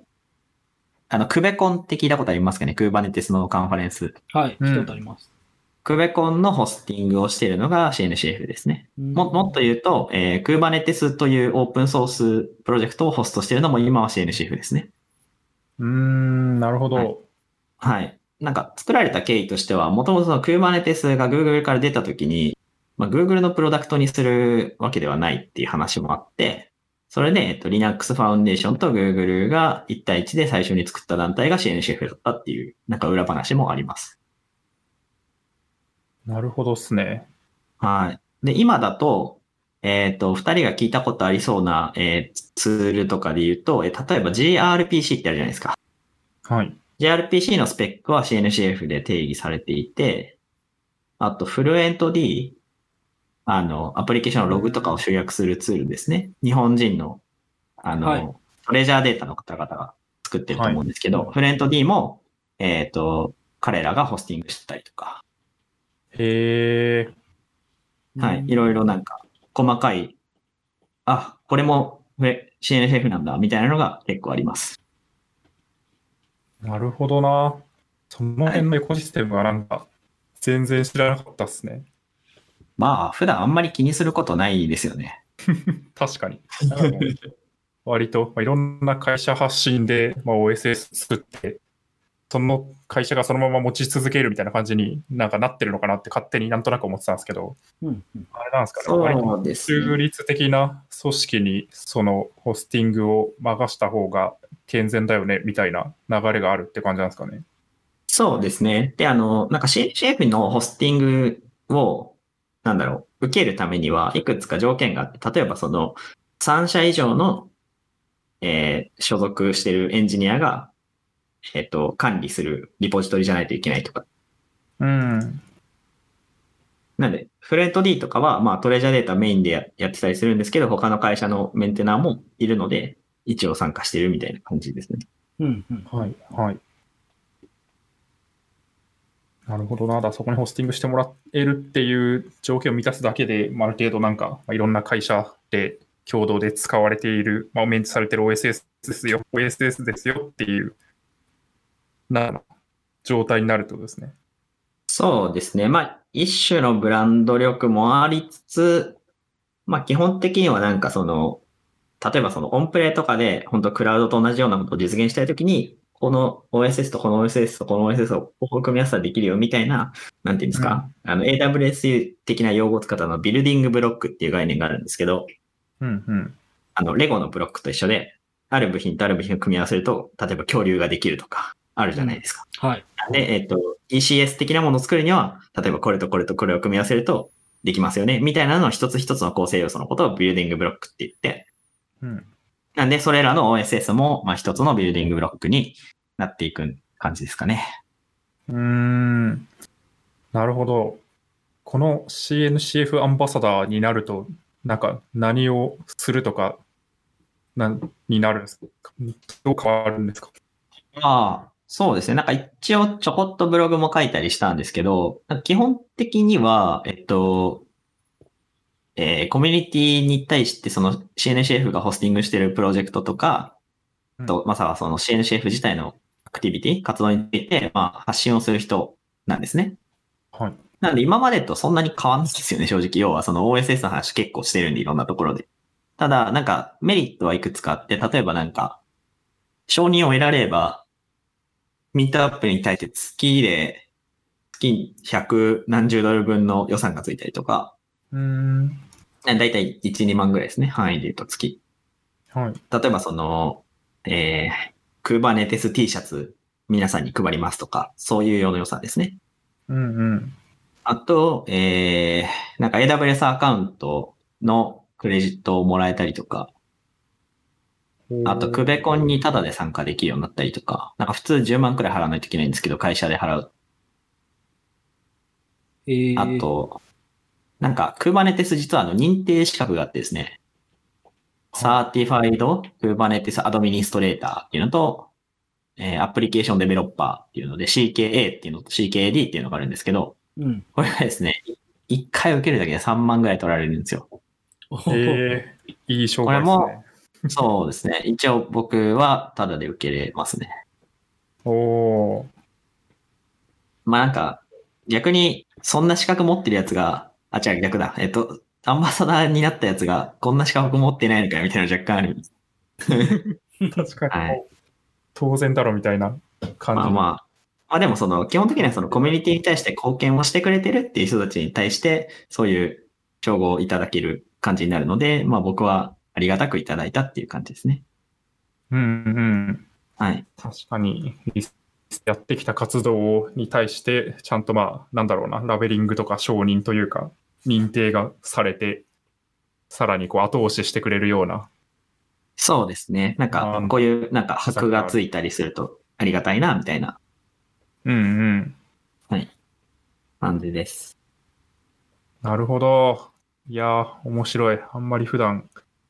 Speaker 3: あの、クベコンって聞いたことありますかね ?Kubernetes のカンファレンス。
Speaker 1: はい。
Speaker 2: うん
Speaker 1: 聞いたことあります。
Speaker 3: クベコンのホスティングをしているのが CNCF ですね。ももっと
Speaker 1: い
Speaker 3: 言うと、えー、Kubernetes というオープンソースプロジェクトをホストしているのも今は CNCF ですね。
Speaker 2: うーん、なるほど。
Speaker 3: はいはい。なんか作られた経緯としては、もともとその Kubernetes が Google から出たときに、まあ、Google のプロダクトにするわけではないっていう話もあって、それで、えっと、Linux Foundation と Google が1対1で最初に作った団体が CNCF だったっていう、なんか裏話もあります。
Speaker 2: なるほどっすね。
Speaker 3: はい。で、今だと、えっ、と、二人が聞いたことありそうな、えーツールとかで言うと、えー例えば GRPC ってあるじゃないですか。
Speaker 2: はい。
Speaker 3: JRPC のスペックは CNCF で定義されていて、あと、フルエント D、あの、アプリケーションのログとかを集約するツールですね。日本人の、あの、
Speaker 1: はい
Speaker 3: トレジャーデータの方々が作ってると思うんですけど、
Speaker 2: はい
Speaker 3: フルエント D も、えっ、と、彼らがホスティングしてたりとか、
Speaker 2: へえ
Speaker 3: はい、いろいろなんか、細かい、あ、これもフレ CNCF なんだ、みたいなのが結構あります。
Speaker 2: ー、なるほどな。その辺のエコシステムはなんか全然知らなかったっすね。
Speaker 3: まあ、普段あんまり気にすることないですよね。
Speaker 2: 確かに。割と、まあ、いろんな会社発信で、まあ、OSS 作って、その会社がそのまま持ち続けるみたいな感じになんかなってるのかなって勝手になんとなく思ってたんですけど、
Speaker 1: うんうん
Speaker 2: あれなんですかね。割と
Speaker 3: そうです、ね。
Speaker 2: 中立的な組織にそのホスティングを任した方が健全だよねみたいな流れがあるって感じなんですかね。
Speaker 3: そうですね。で、あの、なんか CNCF のホスティングを、なんだろう、受けるためには、いくつか条件があって、例えばその、3社以上の、えー所属してるエンジニアが、えっ、と、管理するリポジトリじゃないといけないとか。
Speaker 2: うん。
Speaker 3: なんで、フレート D とかは、まあ、トレジャーデータメインでややってたりするんですけど、他の会社のメンテナーもいるので、一応参加してるみたいな感じですね。
Speaker 1: うんうん。
Speaker 2: はい。はい。なるほどな。だからそこにホスティングしてもらえるっていう条件を満たすだけで、まあある程度なんか、まあいろんな会社で共同で使われている、まあ、メンチされてる OSS ですよ、OSS ですよっていう、な、状態になるってことですね。
Speaker 3: そうですね。まあ、一種のブランド力もありつつ、まあ、基本的にはなんかその、例えばそのオンプレとかで、本当クラウドと同じようなことを実現したいときに、この OSS とこの OSS とこの OSS をここ組み合わせたらできるよみたいな、なんていうんですか、あの AWS 的な用語を使ったのはビルディングブロックっていう概念があるんですけど、
Speaker 2: うんうん。
Speaker 3: あの、レゴのブロックと一緒で、ある部品とある部品を組み合わせると、例えば恐竜ができるとか、あるじゃないですか。
Speaker 1: はい。
Speaker 3: で、えっ、と、ECS 的なものを作るには、例えばこれとこれとこれを組み合わせるとできますよね、みたいなのを一つ一つの構成要素のことをビルディングブロックって言って、
Speaker 2: うん、
Speaker 3: なんで、それらの OSS も、まあ、一つのビルディングブロックになっていく感じですかね。
Speaker 2: うーんなるほど。この CNCF アンバサダーになると、なんか何をするとか、なんになるんですかどう変わるんですか
Speaker 3: まあ、そうですね。なんか一応ちょこっとブログも書いたりしたんですけど、なんか基本的には、えっと、えーコミュニティに対してその CNCF がホスティングしているプロジェクトとか、あと、まさはその CNCF 自体のアクティビティ、活動について、まあ、発信をする人なんですね。
Speaker 2: はい。
Speaker 3: なんで今までとそんなに変わんないですよね、正直。要はその OSS の話結構してるんで、いろんなところで。ただ、なんかメリットはいくつかあって、例えばなんか、承認を得られれば、ミートアップに対して月で、月100何十ドル分の予算がついたりとか、
Speaker 2: うーん。
Speaker 3: だいたい1、2万ぐらいですね、範囲で言うと月。
Speaker 2: はい。
Speaker 3: 例えばその、えー、Kubernetes T シャツ皆さんに配りますとか、そういうような予算ですね。
Speaker 2: うんうん。
Speaker 3: あと、えー、なんか AWS アカウントのクレジットをもらえたりとか、あとクベコンにタダで参加できるようになったりとか、なんか普通10万くらい払わないといけないんですけど、会社で払う。
Speaker 1: えー、
Speaker 3: あと、なんか Kubernetes 実はあの認定資格があってですね、サーティファイド Kubernetes アドミニストレーターっていうのと、えーアプリケーションデベロッパーっていうので CKA っていうのと CKAD っていうのがあるんですけど、
Speaker 1: うん。
Speaker 3: これがですね、1回受けるだけで3万ぐらい取られるんですよ。
Speaker 1: おほほ
Speaker 2: えー、いい商売
Speaker 3: これ
Speaker 2: で
Speaker 3: そうですね。一応僕はタダで受けれますね。
Speaker 2: すね。おー。
Speaker 3: まあなんか、逆にそんな資格持ってるやつが、あ、違う逆だ。えっと、アンバサダーになったやつがこんな資格持ってないのかよみたいなの若干ある。
Speaker 2: 確かに、
Speaker 3: はい
Speaker 2: 当然だろみたいな感じ。
Speaker 3: まあまあ。まあでもその、基本的にはそのコミュニティに対して貢献をしてくれてるっていう人たちに対して、そういう称号をいただける感じになるので、まあ僕はありがたくいただいたっていう感じですね。
Speaker 2: うんうん。
Speaker 3: はい。
Speaker 2: 確かに、やってきた活動に対して、ちゃんとまあ、なんだろうな、ラベリングとか承認というか、認定がされて、さらにこう後押ししてくれるような。
Speaker 3: そうですね。なん
Speaker 2: あ
Speaker 3: か
Speaker 2: ー、
Speaker 3: こういう、なんか、箔がついたりするとありがたいな、みたいな
Speaker 2: うんうん。
Speaker 3: 感じです。
Speaker 2: なるほど。いやー、面白い。あんまり普段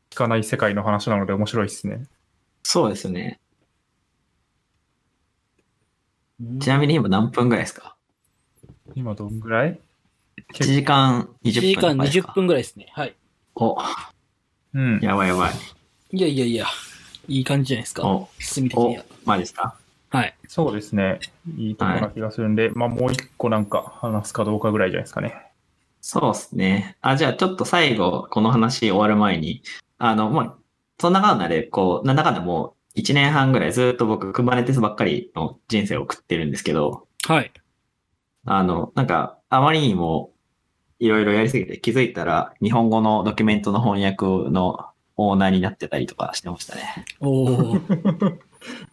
Speaker 2: 聞かない世界の話なので面白いですね。
Speaker 3: そうですね。
Speaker 1: うん
Speaker 3: ちなみに今何分ぐらいですか
Speaker 2: 今どんぐらい
Speaker 3: ?1 時間20
Speaker 1: 1時
Speaker 3: 分
Speaker 1: 間
Speaker 3: ぐらいです
Speaker 1: 20
Speaker 3: か。
Speaker 1: 分ぐらいですね。はい。
Speaker 3: お、
Speaker 2: うん。
Speaker 3: やばいやばい。
Speaker 1: いやいやいや、いい感じじゃないですか。
Speaker 3: お、
Speaker 1: 進み的に
Speaker 3: お
Speaker 1: は。、
Speaker 3: マジですか
Speaker 1: はい。
Speaker 2: そうですね。いいとこな気がするんで、まあもう一個なんか話すかどうかぐらいじゃないですかね。
Speaker 3: そうですね。あ、じゃあちょっと最後、この話終わる前に、あの、もう、そんなかんなで、こう、なんだかんだもう、1年半ぐらいずっと僕、クバネテスばっかりの人生を送ってるんですけど、
Speaker 1: はい。
Speaker 3: あの、なんか、あまりにも、いろいろやりすぎて気づいたら、日本語のドキュメントの翻訳のオーナーになってたりとかしてましたね。
Speaker 1: おお。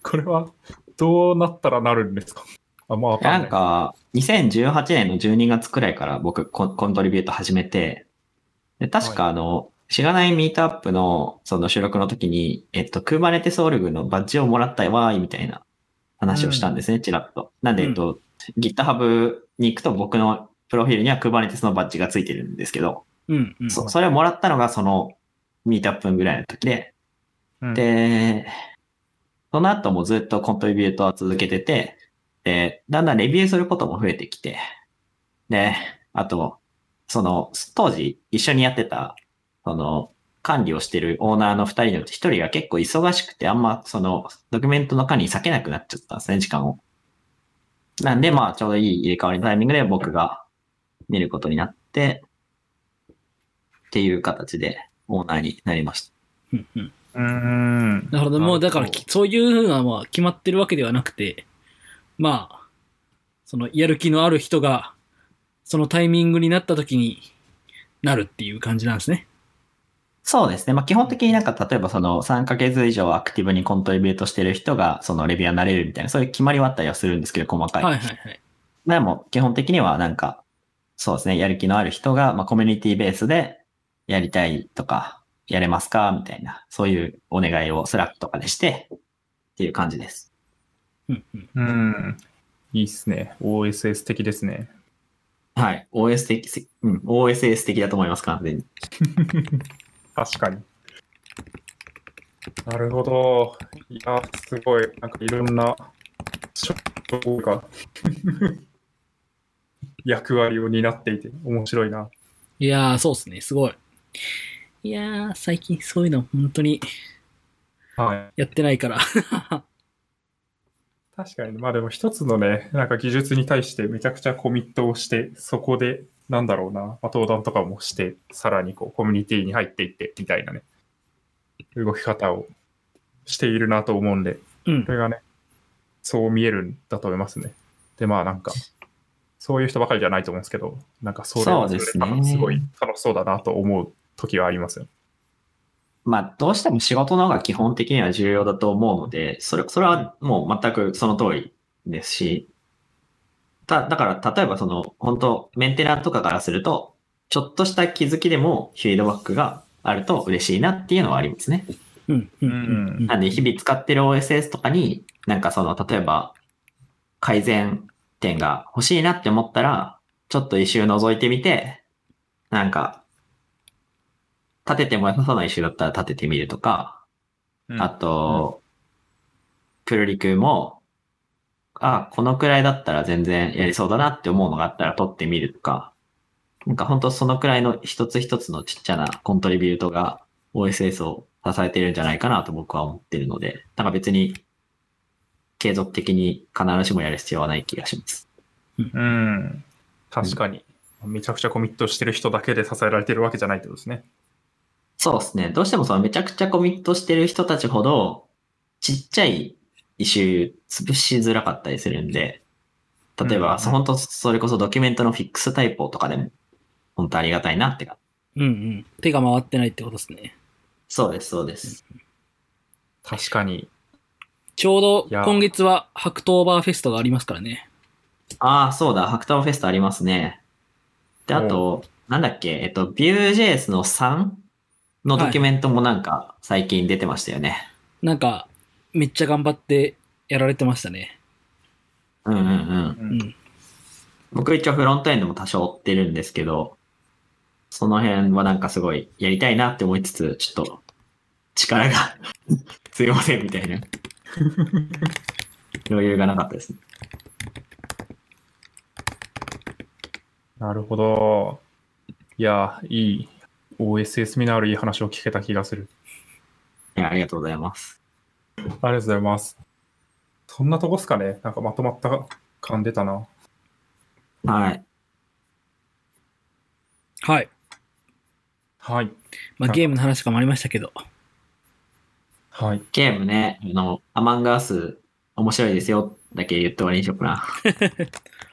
Speaker 2: これはどうなったらなるんですかあ、まあわかんない。
Speaker 3: なんか、2018年の12月くらいから僕コン、コントリビュート始めて、で確かあの、しがないミートアップのその収録の時に、えっと、Kubernetes オルグのバッジをもらったわーいみたいな話をしたんですね、ちらっと。なんで、
Speaker 1: うん
Speaker 3: えっと、GitHub に行くと僕のプロフィールには Kubernetes のバッジがついてるんですけど、
Speaker 1: うんう ん。
Speaker 3: そそれをもらったのがそのミートアップぐらいの時で、
Speaker 2: うん
Speaker 3: で、その後もずっとコントリビュートは続けてて、で、だんだんレビューすることも増えてきて、で、あと、その、当時一緒にやってた、その、管理をしてるオーナーの二人のうち一人が結構忙しくて、あんまそのドキュメントの管理に避けなくなっちゃったんですね、時間を。なんで、まあ、ちょうどいい入れ替わりのタイミングで僕が見ることになって、っていう形でオーナーになりました。
Speaker 1: うんうん。
Speaker 2: うーん。
Speaker 1: なるほど。もうだからき、そういうふうなのは決まってるわけではなくて、まあ、その、やる気のある人が、そのタイミングになった時になるっていう感じなんですね。
Speaker 3: そうですね。まあ、基本的になんか、例えばその3ヶ月以上アクティブにコントリビュートしてる人が、そのレビュアーになれるみたいな、そういう決まりはあったりはするんですけど、細か。
Speaker 1: はいいはいはい。
Speaker 3: でも、基本的にはなんか、そうですね、やる気のある人が、まあ、コミュニティベースでやりたいとか、やれますかみたいな、そういうお願いをスラックとかでして、っていう感じです。
Speaker 1: うんうん。
Speaker 2: うん。いいっすね。OSS 的ですね。
Speaker 3: はい。OS 的、せうん、OSS 的だと思います、完全に。
Speaker 2: 確かに。なるほど。いや、すごい。なんかいろんな、ショッが、 役割を担っていて、面白いな。
Speaker 1: いやー、そうですね。すごい。いやー、最近そういうの本当に
Speaker 2: はい。
Speaker 1: やってないから。
Speaker 2: 確かに、まあでも一つのね、なんか技術に対してめちゃくちゃコミットをして、そこで、なんだろうな、まあ、登壇とかもして、さらにこう、コミュニティに入っていって、みたいなね、動き方をしているなと思うんで、
Speaker 1: うん
Speaker 2: そ。れがね、そう見えるんだと思いますね。で、まあなんか、そういう人ばかりじゃないと思うんですけど、なんかそれはそれ
Speaker 3: そうですね
Speaker 2: あすごい楽しそうだなと思う時はありますよ。
Speaker 3: まあ、どうしても仕事の方が基本的には重要だと思うので、それ、それはもう全くその通りですし、た、だから、例えばその、本当メンテナーとかからすると、ちょっとした気づきでもフィードバックがあると嬉しいなっていうのはありますね。
Speaker 1: うん。うん。うん。うん
Speaker 3: なんで、日々使ってる OSS とかに、なんかその、例えば、改善点が欲しいなって思ったら、ちょっと一周覗いてみて、なんか、立てても良さそうな一周だったら立ててみるとか、あと、プルリクも、あ、このくらいだったら全然やりそうだなって思うのがあったら取ってみるとか、なんか本当そのくらいの一つ一つのちっちゃなコントリビュートが OSS を支えてるんじゃないかなと僕は思ってるので、なんか別に継続的に必ずしもやる必要はない気がします。
Speaker 2: うん。確かに。めちゃくちゃコミットしてる人だけで支えられてるわけじゃないってことですね。
Speaker 3: そうですね。どうしてもそのめちゃくちゃコミットしてる人たちほど、ちっちゃいイシュー潰しづらかったりするんで、例えば、
Speaker 2: うん
Speaker 3: そ本当それこそドキュメントのフィックスタイプとかでも、本当ありがたいなってか。
Speaker 1: うん。手が回ってないってことですね。
Speaker 3: そうです、そうです。
Speaker 2: 確かに。
Speaker 1: ちょうど
Speaker 2: いやー
Speaker 1: 今月は白桃バーフェストがありますからね。
Speaker 3: ああ、そうだ、ハクターフェストありますね。で、あと、なんだっけ、えっと、Vue.js の3のドキュメントもなんか最近出てましたよね。
Speaker 1: なんか、めっちゃ頑張ってやられてましたね。
Speaker 3: うんうんうん。
Speaker 2: う
Speaker 1: うんん。
Speaker 3: 僕一応フロントエンドも多少追ってるんですけど、その辺はなんかすごいやりたいなって思いつつ、ちょっと力が 強いませんみたいな。 余裕がなかったですね。
Speaker 2: なるほど。いや、いい。OSS ミナールいい話を聞けた気がする。
Speaker 3: いや、ありがとうございます。
Speaker 2: ありがとうございます。そんなとこっすかねなんかまとまった感出たな。
Speaker 3: はい。
Speaker 1: はい。
Speaker 2: はい。
Speaker 1: まあ、ゲームの話とかもありましたけど。
Speaker 2: はい。
Speaker 3: ゲームね、あの、アマンガース面白いですよだけ言って終わりにしようかな。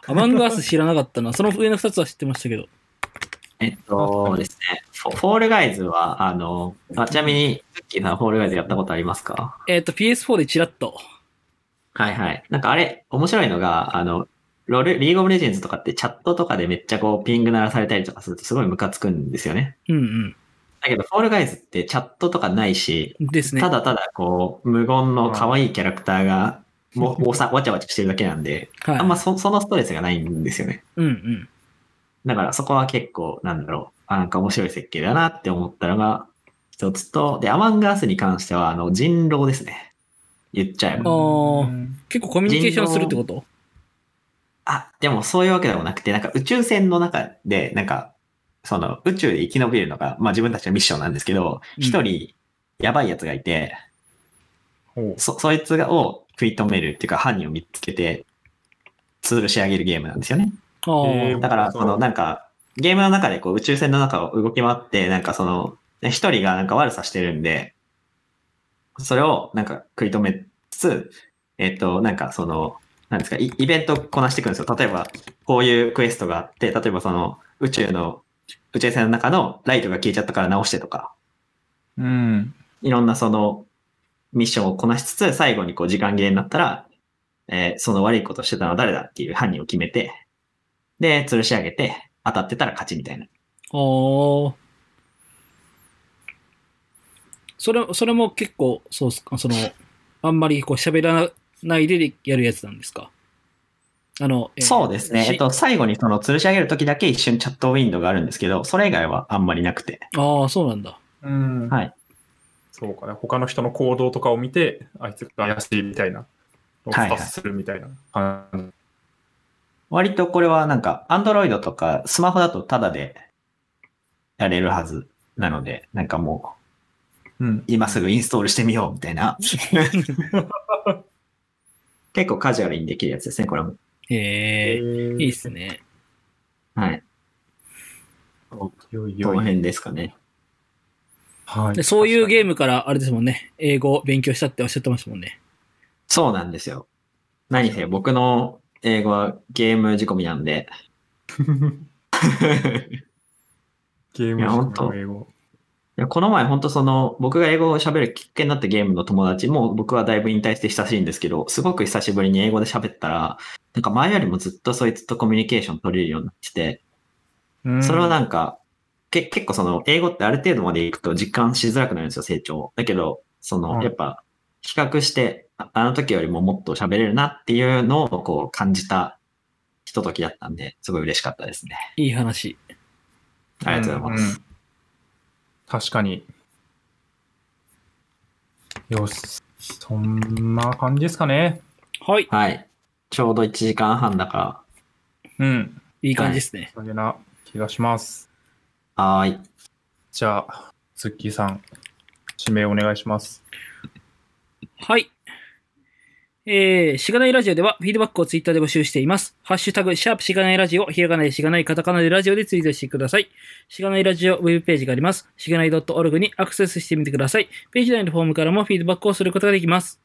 Speaker 1: アマンガース知らなかったな。その上の二つは知ってましたけど。
Speaker 3: えっとですね、フォフォールガイズは、あの、あちなみに、さっきのフォールガイズやったことありますか
Speaker 1: えっ、と、PS4 でチラッと。
Speaker 3: はいはい。なんかあれ、面白いのが、あの、ロール、リーグオブレジェンズとかってチャットとかでめっちゃこうピング鳴らされたりとかするとすごいムカつくんですよね。
Speaker 1: うん
Speaker 3: だけど、フォールガイズってチャットとかないし、
Speaker 1: うん。ですね。
Speaker 3: ただただこう、無言の可愛いキャラクターが、も う、おさ、わちゃわちゃしてるだけなんで、
Speaker 1: はい。
Speaker 3: あんまそ、そのストレスがないんですよね。
Speaker 1: うんうん。
Speaker 3: だからそこは結構、なんだろう、あ、なんか面白い設計だなって思ったのが一つと、で、アマンガースに関しては、あの、人狼ですね。言っちゃえば。
Speaker 1: ー
Speaker 2: うん
Speaker 1: 結構コミュニケーションするってこと
Speaker 3: あ、でもそういうわけでもなくて、なんか宇宙船の中で、なんか、その宇宙で生き延びるのが、まあ自分たちのミッションなんですけど、
Speaker 1: うん
Speaker 3: 一、人、やばいやつがいて、
Speaker 2: ほう
Speaker 3: そ、そいつがを食い止めるっていうか、犯人を見つけて、ツール仕上げるゲームなんですよね。
Speaker 1: ああ、
Speaker 2: えー
Speaker 3: だから、
Speaker 2: そ
Speaker 3: そうのなんか、ゲームの中でこう宇宙船の中を動き回って、なんかその、一人がなんか悪さしてるんで、それをなんか食い止めつつ、えっと、なんかその、なんですか、イイベントをこなしていくんですよ。例えば、こういうクエストがあって、例えばその宇宙の、宇宙船の中のライトが消えちゃったから直してとか、
Speaker 2: うん。
Speaker 3: いろんなそのミッションをこなしつつ、最後にこう時間切れになったら、えーその悪いことをしてたのは誰だっていう犯人を決めて、で、吊るし上げて、当たってたら勝ちみたいな。
Speaker 1: あーそれ、それも結構、そうっすか、その、あんまりこう喋らないでやるやつなんですかあの、えー
Speaker 3: そうですね。
Speaker 1: し
Speaker 3: えっと、最後にその吊るし上げるときだけ一瞬チャットウィンドウがあるんですけど、それ以外はあんまりなくて。
Speaker 1: ああ、そうなん だ。
Speaker 2: うん。
Speaker 3: はい。
Speaker 2: そうかね。他の人の行動とかを見て、あいつが怪しいみたいな、を
Speaker 3: はいはい
Speaker 2: 察するみたいな感じ。
Speaker 3: 割とこれはなんか、アンドロイドとかスマホだとタダでやれるはずなので、なんかもう、
Speaker 2: うん。
Speaker 3: 今すぐインストールしてみようみたいな。結構カジュアルにできるやつですね、これも。
Speaker 1: へえ、
Speaker 2: ー
Speaker 1: いいっすね。
Speaker 3: はい。
Speaker 2: よい
Speaker 3: こ
Speaker 2: よ
Speaker 3: の
Speaker 2: い。
Speaker 3: 辺ですかね。
Speaker 2: は
Speaker 1: でそういうゲー
Speaker 2: ム。
Speaker 1: ムから、あれですもんね、英語を勉強したっておっしゃってましたもんね。
Speaker 3: そうなんですよ。何せ僕の英語はゲーム仕込みなんで。
Speaker 2: ゲー
Speaker 3: いやほん
Speaker 2: ム
Speaker 3: と
Speaker 2: の英語。
Speaker 3: いやこの前本当その、僕が英語を喋るきっかけになったゲームの友達も僕はだいぶ引退して親しいんですけど、すごく久しぶりに英語で喋ったら、なんか前よりもずっとそいつとコミュニケーション取れるようになってて、それはなんか、け結構その、英語ってある程度まで行くと実感しづらくなるんですよ、成長。だけど、そ
Speaker 2: うん
Speaker 3: の、やっぱ、比較して、ああの時よりももっと喋れるなっていうのをこう感じたひとときだったんで、すごい嬉しかったですね。
Speaker 1: いい話。
Speaker 3: ありがとうございます。
Speaker 2: んん確かに。よし、そんな感じですかね。
Speaker 1: はい、
Speaker 3: はい。ちょうど1時間半だから、
Speaker 2: うん。
Speaker 1: いい感じですね。
Speaker 2: そげな気がします。
Speaker 3: はーい。
Speaker 2: じゃあ、ツッキーさん、指名お願いします。
Speaker 1: はい。えー、しがないラジオではフィードバックをツイッターで募集しています。ハッシュタグ、シャープしがないラジオ、ひらがなでしがないカタカナでラジオでツイートしてください。しがないラジオウェブページがあります。しがない .org にアクセスしてみてください。ページ内のフォームからもフィードバックをすることができます。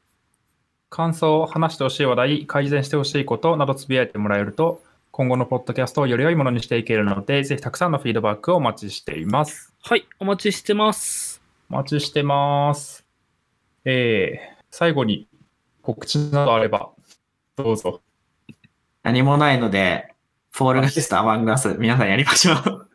Speaker 2: 感想を話してほしい話題、改善してほしいことなどつぶやいてもらえると、今後のポッドキャストをより良いものにしていけるので、ぜひたくさんのフィードバックをお待ちしています。
Speaker 1: はい、お待ちしてます。
Speaker 2: お待ちしてます。えー、最後に告知などあれば、どうぞ。
Speaker 3: 何もないので、フォールガシスとアマングアス、皆さんやりましょう。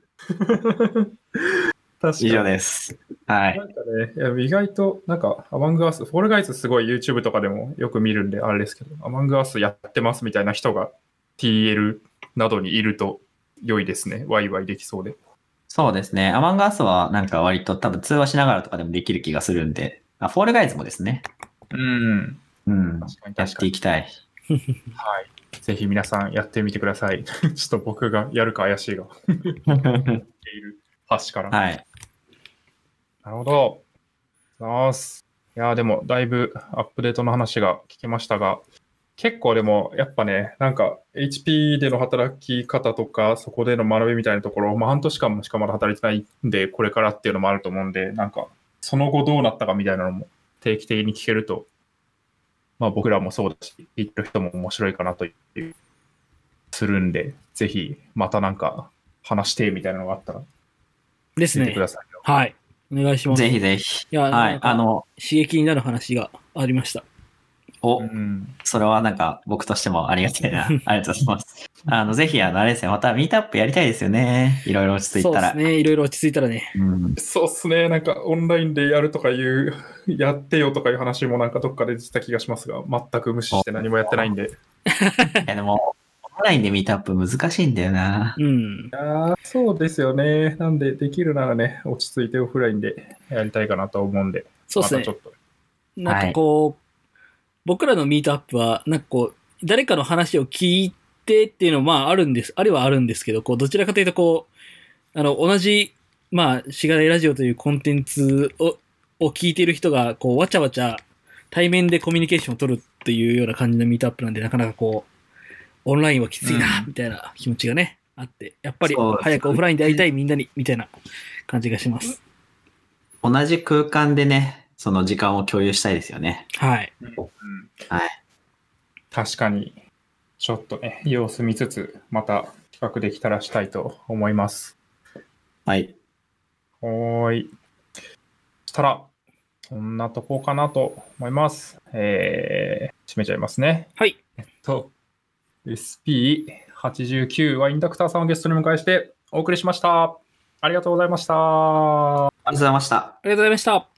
Speaker 2: 確
Speaker 3: 以上です。はい。
Speaker 2: なんかね、いや意外と、なんか、アマングアス、フォールガイズすごい YouTube とかでもよく見るんで、あれですけど、アマングアスやってますみたいな人が TL などにいると良いですね。ワイワイできそうで。
Speaker 3: そうですね。アマングアスはなんか割と多分通話しながらとかでもできる気がするんで、あ、フォールガイズもですね。
Speaker 2: うん。
Speaker 3: うん。
Speaker 2: 確かに
Speaker 3: やっ
Speaker 2: 確か
Speaker 3: て
Speaker 2: に。
Speaker 3: いきた い。
Speaker 2: はい。ぜひ皆さんやってみてください。ち ょっと僕がやるか怪しいが、いる端から。
Speaker 3: はい。
Speaker 2: なるほど。ざーす。いやーでも、だいぶアップデートの話が聞けましたが、結構でも、やっぱね、なんか、HP での働き方とか、そこでの学びみたいなところ、まあ、半年間もしかまだ働いてないんで、これからっていうのもあると思うんで、なんか、その後どうなったかみたいなのも定期的に聞けると、まあ、僕らもそうだし、聞いてる人も面白いかなという、するんで、ぜひ、またなんか、話してみたいなのがあったら、
Speaker 1: で
Speaker 2: 聞
Speaker 1: す
Speaker 2: いて
Speaker 1: ね
Speaker 2: く。ださいよ。
Speaker 1: はい。お願いします。
Speaker 3: ぜ
Speaker 1: い
Speaker 3: ひぜひ。
Speaker 1: や、
Speaker 3: はい。あ
Speaker 1: あの、
Speaker 3: の、
Speaker 1: 刺激になる話がありました。
Speaker 3: お
Speaker 2: う、ん
Speaker 3: それはなんか僕としてもありがたい な。ありがとうございます。あの、ぜひ、あの、あれですね、またミートアップやりたいですよね。いろいろ落ち着い
Speaker 1: そう
Speaker 3: た
Speaker 1: で
Speaker 3: ら。
Speaker 1: すね。いろいろ落ち着いたらね。
Speaker 3: うん。
Speaker 2: そうっすね、なんかオンラインでやるとかいう、やってよとかいう話もなんかどっかで出てた気がしますが、全く無視して何もやってないんで。
Speaker 3: いや、でも、オンラインでミートアップ難しいんだよな。
Speaker 1: うん。
Speaker 2: あそうですよね。なんで、できるならね、落ち着いてオフラインでやりたいかなと思うんで、
Speaker 1: そうです
Speaker 2: また
Speaker 1: ね
Speaker 2: ちょ。っと。
Speaker 1: なんかこう、僕らのミートアップは、なんかこう、誰かの話を聞いてっていうのは、まああるんです、あれはあるんですけど、こう、どちらかというとこう、あの、同じ、まあ、しがないラジオというコンテンツを、を聞いてる人が、こう、わちゃわちゃ、対面でコミュニケーションを取るっていうような感じのミートアップなんで、なかなかこう、オンラインはきついな、
Speaker 6: うん
Speaker 1: みたいな気持ちがね、あって、やっぱり、
Speaker 6: そう
Speaker 1: 早くオフラインで会いたいみんなに、みたいな感じがします。
Speaker 6: 同じ空間でね、その時間を共有したいですよね。
Speaker 1: はい。
Speaker 6: はい
Speaker 2: 確かに、ちょっとね、様子見つつ、また企画できたらしたいと思います。
Speaker 6: はい。
Speaker 2: はーい。そしたら、そんなとこかなと思います。えー、閉めちゃいますね。
Speaker 1: はい。
Speaker 2: と、SP89 はインダクターさんをゲストに迎えしてお送りしました。ありがとうございました。
Speaker 6: ありがとうございました。
Speaker 1: ありがとうございました。